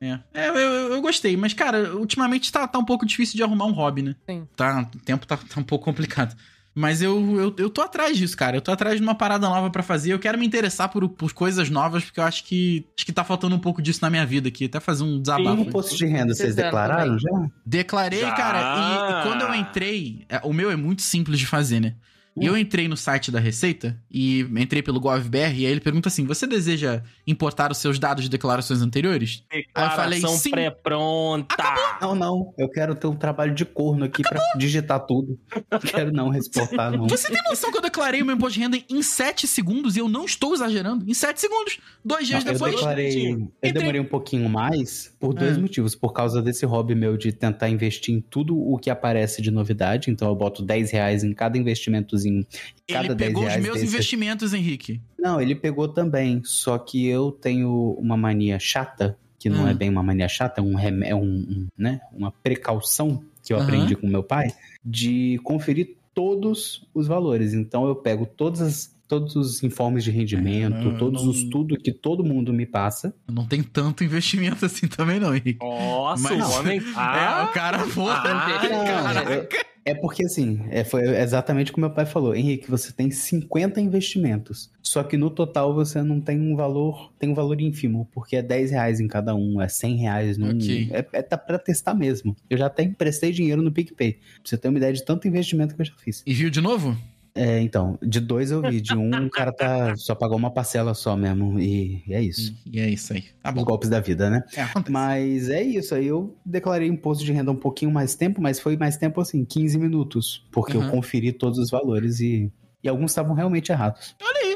[SPEAKER 4] É, É, eu, eu, eu gostei, mas, cara, ultimamente tá, tá um pouco difícil de arrumar um hobby, né?
[SPEAKER 3] Sim.
[SPEAKER 4] Tá, o tempo tá, tá um pouco complicado. Mas eu, eu, eu tô atrás disso, cara. Eu tô atrás de uma parada nova pra fazer. Eu quero me interessar por, por coisas novas, porque eu acho que acho que tá faltando um pouco disso na minha vida aqui. Até fazer um desabafo.
[SPEAKER 6] E no posto de renda, vocês
[SPEAKER 3] Precisando
[SPEAKER 6] declararam já?
[SPEAKER 4] Declarei,
[SPEAKER 2] Já.
[SPEAKER 4] cara, e, e quando eu entrei, é, o meu é muito simples de fazer, né? E eu entrei no site da Receita e entrei pelo GovBR e aí ele pergunta assim: você deseja importar os seus dados de declarações anteriores? Aí eu falei,
[SPEAKER 2] Declaração
[SPEAKER 4] sim.
[SPEAKER 2] pré-pronta.
[SPEAKER 6] Não, não. Eu quero ter um trabalho de corno aqui pra digitar tudo. Não quero não exportar, não.
[SPEAKER 4] Você tem noção que eu declarei o meu imposto de renda em 7 segundos e eu não estou exagerando? Em 7 segundos. Dois dias
[SPEAKER 6] Não, eu
[SPEAKER 4] depois.
[SPEAKER 6] declarei, eu demorei um pouquinho mais por dois
[SPEAKER 4] É.
[SPEAKER 6] motivos. Por causa desse hobby meu de tentar investir em tudo o que aparece de novidade. Então eu boto 10 reais em cada investimentozinho. Cada
[SPEAKER 4] Ele
[SPEAKER 6] 10
[SPEAKER 4] pegou os
[SPEAKER 6] reais
[SPEAKER 4] meus
[SPEAKER 6] desse-
[SPEAKER 4] investimentos, Henrique.
[SPEAKER 6] Não, ele pegou também. Só que eu tenho uma mania chata, que não
[SPEAKER 4] Hum.
[SPEAKER 6] é bem uma mania chata, é um, rem- é um- um, né, uma precaução que eu
[SPEAKER 4] Aham.
[SPEAKER 6] aprendi com meu pai, de conferir todos os valores. Então eu pego todas as- todos os informes de rendimento,
[SPEAKER 4] É, eu não-
[SPEAKER 6] todos os tudo que todo mundo me passa.
[SPEAKER 4] Eu não tenho tanto investimento assim também, não, Henrique.
[SPEAKER 2] Nossa,
[SPEAKER 4] Mas-
[SPEAKER 2] o homem...
[SPEAKER 4] é,
[SPEAKER 2] Ah,
[SPEAKER 4] o cara né, porra.
[SPEAKER 2] Ah,
[SPEAKER 4] Ai,
[SPEAKER 6] Não,
[SPEAKER 4] caraca.
[SPEAKER 6] eu- é porque assim, é, foi exatamente como meu pai falou. Henrique, você tem 50 investimentos. Só que no total você não tem um valor, tem um valor ínfimo, porque é 10 reais em cada um, é 100 reais num.
[SPEAKER 4] Ok.
[SPEAKER 6] É, é tá pra testar mesmo. Eu já até emprestei dinheiro no PicPay. Pra você ter uma ideia de tanto investimento que eu já fiz.
[SPEAKER 4] E viu de novo?
[SPEAKER 6] É, então, de dois eu vi, de um o cara tá só pagou uma parcela só mesmo. E, e é isso.
[SPEAKER 4] E é isso aí. Tá
[SPEAKER 6] Os
[SPEAKER 4] bom.
[SPEAKER 6] golpes da vida, né?
[SPEAKER 4] É, acontece.
[SPEAKER 6] Mas é isso, aí eu declarei imposto de renda um pouquinho mais tempo, mas foi mais tempo assim, 15 minutos, porque
[SPEAKER 4] Uhum.
[SPEAKER 6] eu conferi todos os valores e, e alguns estavam realmente errados.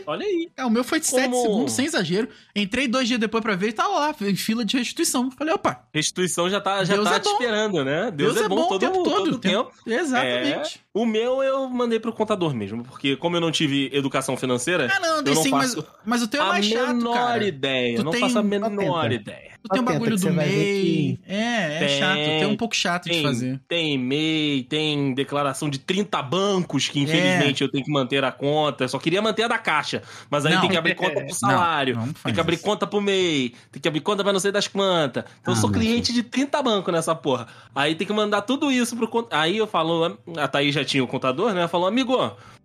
[SPEAKER 2] olha aí.
[SPEAKER 4] É, o meu foi de 7
[SPEAKER 2] Como-
[SPEAKER 4] segundos, sem exagero. Entrei dois dias depois pra ver e tava lá, em fila de restituição. Falei, opa,
[SPEAKER 2] Restituição já tá, já
[SPEAKER 4] Deus
[SPEAKER 2] tá
[SPEAKER 4] é
[SPEAKER 2] te
[SPEAKER 4] bom.
[SPEAKER 2] esperando, né? Deus, é, bom,
[SPEAKER 4] o tempo
[SPEAKER 2] todo,
[SPEAKER 4] todo,
[SPEAKER 2] todo
[SPEAKER 4] o
[SPEAKER 2] tempo.
[SPEAKER 4] tempo- exatamente.
[SPEAKER 2] O meu eu mandei pro contador mesmo, porque como eu não tive educação financeira,
[SPEAKER 4] Ah, não,
[SPEAKER 2] É. eu
[SPEAKER 4] Andrei,
[SPEAKER 2] não
[SPEAKER 4] sim, mas,
[SPEAKER 2] faço
[SPEAKER 4] mas o teu é
[SPEAKER 2] a
[SPEAKER 4] mais
[SPEAKER 2] menor
[SPEAKER 4] chato, cara.
[SPEAKER 2] ideia.
[SPEAKER 4] Tu
[SPEAKER 2] Eu não
[SPEAKER 4] tem
[SPEAKER 2] faço a
[SPEAKER 4] uma
[SPEAKER 2] menor
[SPEAKER 6] tenta.
[SPEAKER 2] ideia.
[SPEAKER 4] Tu tem um
[SPEAKER 6] Atenta,
[SPEAKER 4] bagulho
[SPEAKER 6] que você
[SPEAKER 4] do
[SPEAKER 6] vai ver
[SPEAKER 4] MEI. É, é
[SPEAKER 2] Tem,
[SPEAKER 4] chato. Tem um pouco chato de
[SPEAKER 2] tem.
[SPEAKER 4] fazer.
[SPEAKER 2] Tem MEI, tem declaração de 30 bancos
[SPEAKER 4] É.
[SPEAKER 2] que infelizmente eu tenho que manter a conta. Eu só queria manter a da caixa, mas aí
[SPEAKER 4] Não.
[SPEAKER 2] tem que abrir conta pro salário.
[SPEAKER 4] Não, não
[SPEAKER 2] Tem
[SPEAKER 4] faz
[SPEAKER 2] que abrir
[SPEAKER 4] isso.
[SPEAKER 2] conta pro MEI, tem que abrir conta pra não sei das quantas. Então eu
[SPEAKER 6] Ah,
[SPEAKER 2] sou
[SPEAKER 6] meu
[SPEAKER 2] cliente de 30 bancos nessa porra. Aí tem que mandar tudo isso pro contador. Aí eu falo, a Thaís já tinha o contador, né? Ela falou, amigo,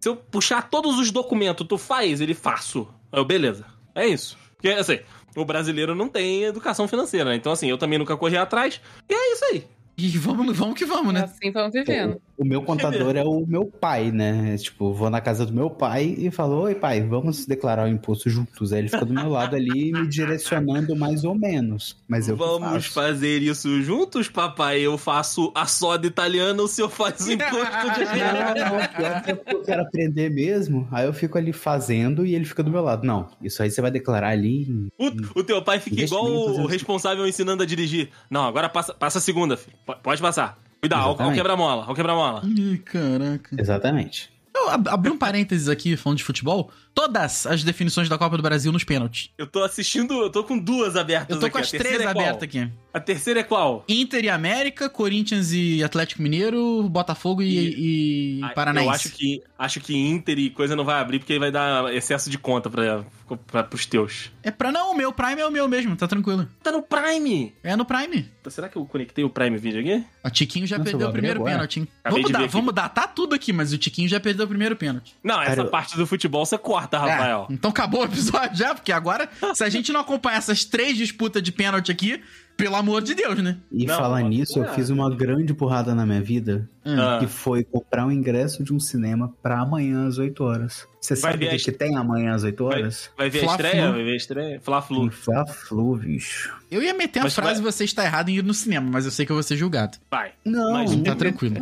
[SPEAKER 2] se eu puxar todos os documentos, tu faz? Ele, faço. Aí eu, beleza. É isso. Porque, assim, o brasileiro não tem educação financeira, né? Então, assim, eu também nunca corri atrás. E é isso aí.
[SPEAKER 4] E vamos, vamos que vamos, né?
[SPEAKER 3] Assim vamos vivendo.
[SPEAKER 6] Então, O meu contador é o meu pai, né? Tipo, eu vou na casa do meu pai e falo, oi pai, vamos declarar o imposto juntos. Aí ele fica do meu lado ali me direcionando mais ou menos. Mas eu que
[SPEAKER 2] Vamos
[SPEAKER 6] faço.
[SPEAKER 2] fazer isso juntos, papai. Eu faço a soda italiana, o senhor faz o imposto de
[SPEAKER 6] Não, não, pior que eu- eu quero aprender mesmo. Aí eu fico ali fazendo e ele fica do meu lado. Não, isso aí você vai declarar ali
[SPEAKER 4] Uhum.
[SPEAKER 6] em
[SPEAKER 4] Hum.
[SPEAKER 2] O, o teu pai fica igual o
[SPEAKER 6] Investimentos, é.
[SPEAKER 2] responsável ensinando a dirigir. Não, agora passa, passa a segunda, filho. Po- Pode passar. Cuidado, ao, ao
[SPEAKER 6] Exatamente.
[SPEAKER 2] quebra-mola, ao quebra-mola.
[SPEAKER 4] Ih, caraca.
[SPEAKER 6] Exatamente.
[SPEAKER 4] Eu ab- abri um parênteses aqui, falando de futebol. Todas as definições da Copa do Brasil nos pênaltis.
[SPEAKER 2] Eu tô assistindo, eu tô com duas abertas
[SPEAKER 4] Eu tô
[SPEAKER 2] aqui. é
[SPEAKER 4] com as três abertas aqui.
[SPEAKER 2] A terceira é qual?
[SPEAKER 4] Inter e América, Corinthians e Atlético Mineiro, Botafogo e, e,
[SPEAKER 2] Ah,
[SPEAKER 4] Paranaense.
[SPEAKER 2] Eu acho que, acho que Inter e coisa não vai abrir, porque vai dar excesso de conta pra, pra, pros teus.
[SPEAKER 4] É pra não, o meu Prime é o meu mesmo, tá tranquilo.
[SPEAKER 2] Tá no Prime!
[SPEAKER 4] É no Prime.
[SPEAKER 2] Tá, Será que eu conectei o Prime Video aqui?
[SPEAKER 4] O Tiquinho já
[SPEAKER 6] Nossa, eu
[SPEAKER 4] perdeu
[SPEAKER 6] vou
[SPEAKER 4] o
[SPEAKER 6] abrir
[SPEAKER 4] primeiro
[SPEAKER 6] agora.
[SPEAKER 4] pênalti, hein?
[SPEAKER 2] Acabei
[SPEAKER 4] vamos
[SPEAKER 2] de
[SPEAKER 4] dar,
[SPEAKER 2] ver aqui.
[SPEAKER 4] vamos datar tudo aqui, mas o Tiquinho já perdeu o primeiro pênalti.
[SPEAKER 2] Não, essa
[SPEAKER 6] Cara, eu-
[SPEAKER 2] parte do futebol você corta, Rafael.
[SPEAKER 4] É, então acabou o episódio já, porque agora, se a gente não acompanhar essas três disputas de pênalti aqui, pelo amor de Deus, né?
[SPEAKER 6] E
[SPEAKER 2] Não,
[SPEAKER 6] falar
[SPEAKER 2] mas-
[SPEAKER 6] nisso, eu fiz uma grande porrada na minha vida,
[SPEAKER 4] Hum.
[SPEAKER 2] Ah,
[SPEAKER 6] que foi comprar um ingresso de um cinema pra amanhã às 8 horas. Você
[SPEAKER 2] Vai
[SPEAKER 6] sabe
[SPEAKER 2] ver
[SPEAKER 6] o que,
[SPEAKER 2] as-
[SPEAKER 6] que tem amanhã às 8 horas?
[SPEAKER 2] vai ver a
[SPEAKER 4] Fla-Flu. Hum.
[SPEAKER 2] estreia? Vai ver a estreia? Fla-Flu.
[SPEAKER 6] Infla flu, bicho.
[SPEAKER 4] Eu ia meter a
[SPEAKER 2] Mas é-
[SPEAKER 4] frase você está errado em ir no cinema, mas eu sei que eu vou ser julgado.
[SPEAKER 2] Vai.
[SPEAKER 6] Não,
[SPEAKER 2] Mas
[SPEAKER 4] Tá tranquilo.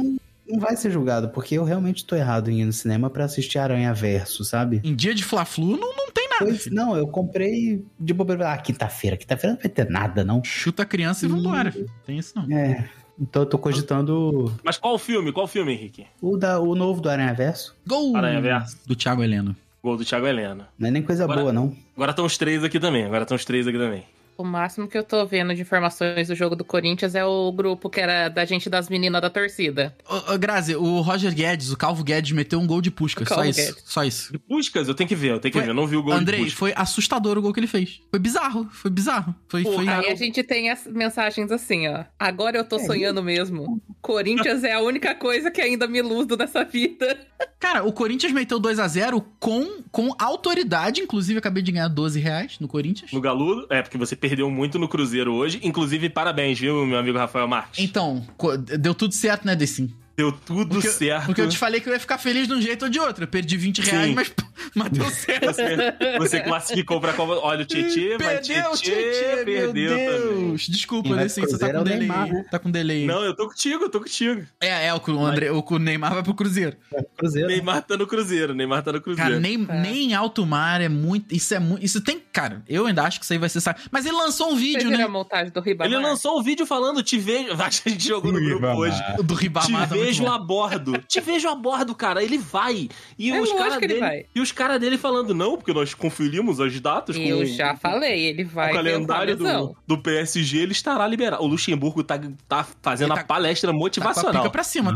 [SPEAKER 6] não vai ser julgado, porque eu realmente tô errado em ir no cinema pra assistir Aranha Verso, sabe?
[SPEAKER 4] Em dia de Fla-Flu, não, não tem nada,
[SPEAKER 6] Pois-
[SPEAKER 4] filho.
[SPEAKER 6] não, eu comprei de bobeira. Ah, quinta-feira. Quinta-feira não vai ter nada, não.
[SPEAKER 4] Chuta a criança e vambora, filho. Tem isso não.
[SPEAKER 6] É. Então eu tô cogitando
[SPEAKER 2] Mas qual o filme? Qual o filme, Henrique?
[SPEAKER 6] o, da, o novo do Aranha Verso.
[SPEAKER 4] Gol!
[SPEAKER 2] Aranha Verso.
[SPEAKER 4] Do Thiago Heleno.
[SPEAKER 2] Gol do Thiago Helena.
[SPEAKER 6] Não é nem coisa
[SPEAKER 2] Agora-
[SPEAKER 6] boa, não.
[SPEAKER 2] Agora estão os três aqui também. Agora estão os três aqui também.
[SPEAKER 3] O máximo que eu tô vendo de informações do jogo do Corinthians é o grupo que era da gente das meninas da torcida.
[SPEAKER 4] Ô, ô, Grazi, o Roger Guedes, o Calvo Guedes, meteu um gol de pusca.
[SPEAKER 3] O
[SPEAKER 4] Só
[SPEAKER 3] Calvo
[SPEAKER 4] isso.
[SPEAKER 3] Guedes.
[SPEAKER 4] Só isso.
[SPEAKER 2] De Puskas, eu tenho que ver, eu tenho que
[SPEAKER 4] Ué,
[SPEAKER 2] ver. Eu não vi o gol de
[SPEAKER 4] Andrei,
[SPEAKER 2] Puskas.
[SPEAKER 4] foi assustador o gol que ele fez. Foi bizarro, foi bizarro. Foi,
[SPEAKER 2] Pô,
[SPEAKER 4] foi...
[SPEAKER 2] cara,
[SPEAKER 3] Aí a gente tem as mensagens assim, ó. Agora eu tô
[SPEAKER 6] É,
[SPEAKER 3] sonhando mesmo. Corinthians é a única coisa que ainda me iludo nessa vida.
[SPEAKER 4] Cara, o Corinthians meteu 2 a 0 com, com autoridade. Inclusive, acabei de ganhar 12 reais no Corinthians.
[SPEAKER 2] No Galudo, é, porque você perdeu muito no Cruzeiro hoje. Inclusive, parabéns, viu, meu amigo Rafael Marques?
[SPEAKER 4] Então, co- deu tudo certo, né, Desim?
[SPEAKER 2] Deu tudo
[SPEAKER 4] Porque-
[SPEAKER 2] certo.
[SPEAKER 4] Porque eu te falei que eu ia ficar feliz de um jeito ou de outro. Eu perdi 20 reais,
[SPEAKER 2] Sim.
[SPEAKER 4] mas, mas deu certo.
[SPEAKER 2] Você, você classificou pra Copa. Olha o Tietê, vai
[SPEAKER 4] Perdeu,
[SPEAKER 2] Tietê,
[SPEAKER 4] Tietê, meu
[SPEAKER 2] perdeu também.
[SPEAKER 4] Deus. Desculpa,
[SPEAKER 6] Quem vai
[SPEAKER 4] Decinho,
[SPEAKER 6] pro
[SPEAKER 4] você tá
[SPEAKER 6] Cruzeiro
[SPEAKER 4] com
[SPEAKER 6] é o
[SPEAKER 4] delay.
[SPEAKER 6] Neymar, né?
[SPEAKER 4] Tá com delay.
[SPEAKER 2] Não, eu tô contigo, eu tô contigo.
[SPEAKER 4] É, é, o, que o André, o que o Neymar vai pro Cruzeiro.
[SPEAKER 6] Cruzeiro.
[SPEAKER 2] Neymar tá no Cruzeiro, Neymar tá no
[SPEAKER 4] Cara,
[SPEAKER 2] Cruzeiro.
[SPEAKER 4] nem,
[SPEAKER 3] É.
[SPEAKER 4] nem alto mar é muito. Isso é muito. Isso tem. Cara, eu ainda acho que isso aí vai ser saco. Mas ele lançou um
[SPEAKER 3] Vocês
[SPEAKER 4] vídeo,
[SPEAKER 3] viram
[SPEAKER 4] né?
[SPEAKER 3] a montagem do Ribamar?
[SPEAKER 2] Ele lançou um vídeo falando, te vejo. Acho que a gente jogou no grupo
[SPEAKER 6] Ribamar.
[SPEAKER 2] hoje.
[SPEAKER 4] Do
[SPEAKER 2] é Te
[SPEAKER 4] Ribamar. tá muito
[SPEAKER 2] vejo
[SPEAKER 4] bom.
[SPEAKER 2] a bordo. Te vejo a bordo, cara. Ele vai. E os
[SPEAKER 3] É lógico
[SPEAKER 2] caras
[SPEAKER 3] que ele
[SPEAKER 2] dele,
[SPEAKER 3] vai.
[SPEAKER 2] e os cara dele falando, não, porque nós conferimos as datas. com-
[SPEAKER 3] Eu já falei, ele vai
[SPEAKER 2] o calendário
[SPEAKER 3] ter um uma lesão.
[SPEAKER 2] do, do PSG, ele estará liberado. O Luxemburgo tá, tá fazendo
[SPEAKER 4] Ele tá-
[SPEAKER 2] a palestra
[SPEAKER 4] Tá com a
[SPEAKER 2] motivacional.
[SPEAKER 4] pica pra cima,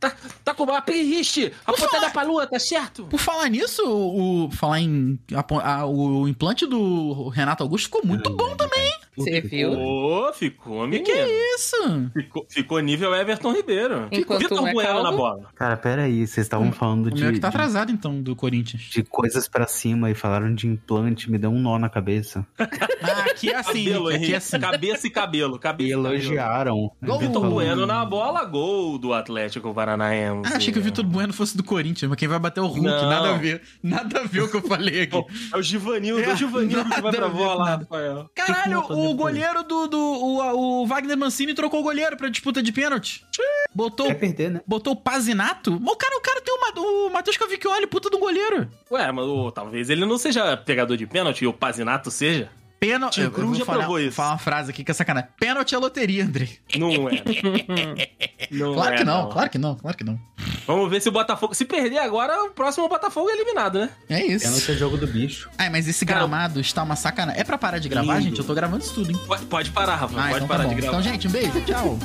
[SPEAKER 4] tá?
[SPEAKER 2] Tá com uma playlist apontada pra lua, tá certo?
[SPEAKER 4] Por falar nisso, o. o- Falar em. a pon- a- o implante do Renato Augusto ficou muito bom também.
[SPEAKER 3] Você viu?
[SPEAKER 2] Ô, ficou, menino.
[SPEAKER 4] Isso.
[SPEAKER 2] Ficou, ficou nível Everton Ribeiro.
[SPEAKER 3] Enquanto
[SPEAKER 2] Vitor
[SPEAKER 3] um é
[SPEAKER 2] Bueno na
[SPEAKER 3] calvo.
[SPEAKER 2] bola.
[SPEAKER 6] Cara, peraí, vocês estavam falando
[SPEAKER 4] O
[SPEAKER 6] de,
[SPEAKER 4] meu que tá
[SPEAKER 6] de-
[SPEAKER 4] atrasado, então, do Corinthians.
[SPEAKER 6] de coisas pra cima e falaram de implante, me deu um nó na cabeça.
[SPEAKER 4] Ah, aqui é assim,
[SPEAKER 2] cabelo,
[SPEAKER 4] Henrique, aqui
[SPEAKER 2] Henrique.
[SPEAKER 4] é assim.
[SPEAKER 2] Cabeça e cabelo.
[SPEAKER 6] E
[SPEAKER 2] Cabeça
[SPEAKER 6] elogiaram.
[SPEAKER 4] Gol!
[SPEAKER 2] Vitor
[SPEAKER 4] Falou.
[SPEAKER 2] Bueno na bola, gol do Atlético Paranaense.
[SPEAKER 4] Ah, achei que o Vitor Bueno fosse do Corinthians, mas quem vai bater é o Hulk.
[SPEAKER 2] Não.
[SPEAKER 4] Nada a ver. Nada a ver o que eu falei aqui.
[SPEAKER 2] É o Givanildo, é
[SPEAKER 4] É,
[SPEAKER 2] o Givanildo que vai
[SPEAKER 4] nada
[SPEAKER 2] pra
[SPEAKER 4] a ver
[SPEAKER 2] bola,
[SPEAKER 4] com nada.
[SPEAKER 2] Rafael.
[SPEAKER 4] Caralho,
[SPEAKER 6] Tem que
[SPEAKER 4] o
[SPEAKER 6] depois.
[SPEAKER 4] goleiro do. do o, o Wagner Mancini trocou o goleiro pra disputa de pênalti. Botou,
[SPEAKER 6] Quer perder, né?
[SPEAKER 4] botou o Pazinato. Mas O cara, o cara tem o Ma- o Matheus Cavicchioli, puta de um goleiro.
[SPEAKER 2] Ué, mas ô, talvez ele não seja pegador de pênalti, ou o Pazinato seja.
[SPEAKER 4] Pênalti.
[SPEAKER 2] Tim Cruz já provou isso.
[SPEAKER 4] falar uma frase aqui que é sacanagem. Pênalti é loteria, André.
[SPEAKER 2] Não é. Não
[SPEAKER 4] Claro
[SPEAKER 2] é,
[SPEAKER 4] que não, claro que não, claro que não.
[SPEAKER 2] Vamos ver se o Botafogo. Se perder agora, o próximo Botafogo é eliminado, né?
[SPEAKER 4] É
[SPEAKER 6] Eu não
[SPEAKER 4] isso.
[SPEAKER 6] sei jogo do bicho.
[SPEAKER 4] Ai, mas esse
[SPEAKER 2] Cara,
[SPEAKER 4] gramado está uma sacanagem. É pra parar de gravar,
[SPEAKER 2] lindo.
[SPEAKER 4] gente? Eu tô gravando isso tudo, hein?
[SPEAKER 2] Pode, pode parar, Rafa.
[SPEAKER 4] Ah,
[SPEAKER 2] pode
[SPEAKER 4] então tá
[SPEAKER 2] parar
[SPEAKER 4] bom.
[SPEAKER 2] de gravar.
[SPEAKER 4] Então, gente, um beijo. Tchau.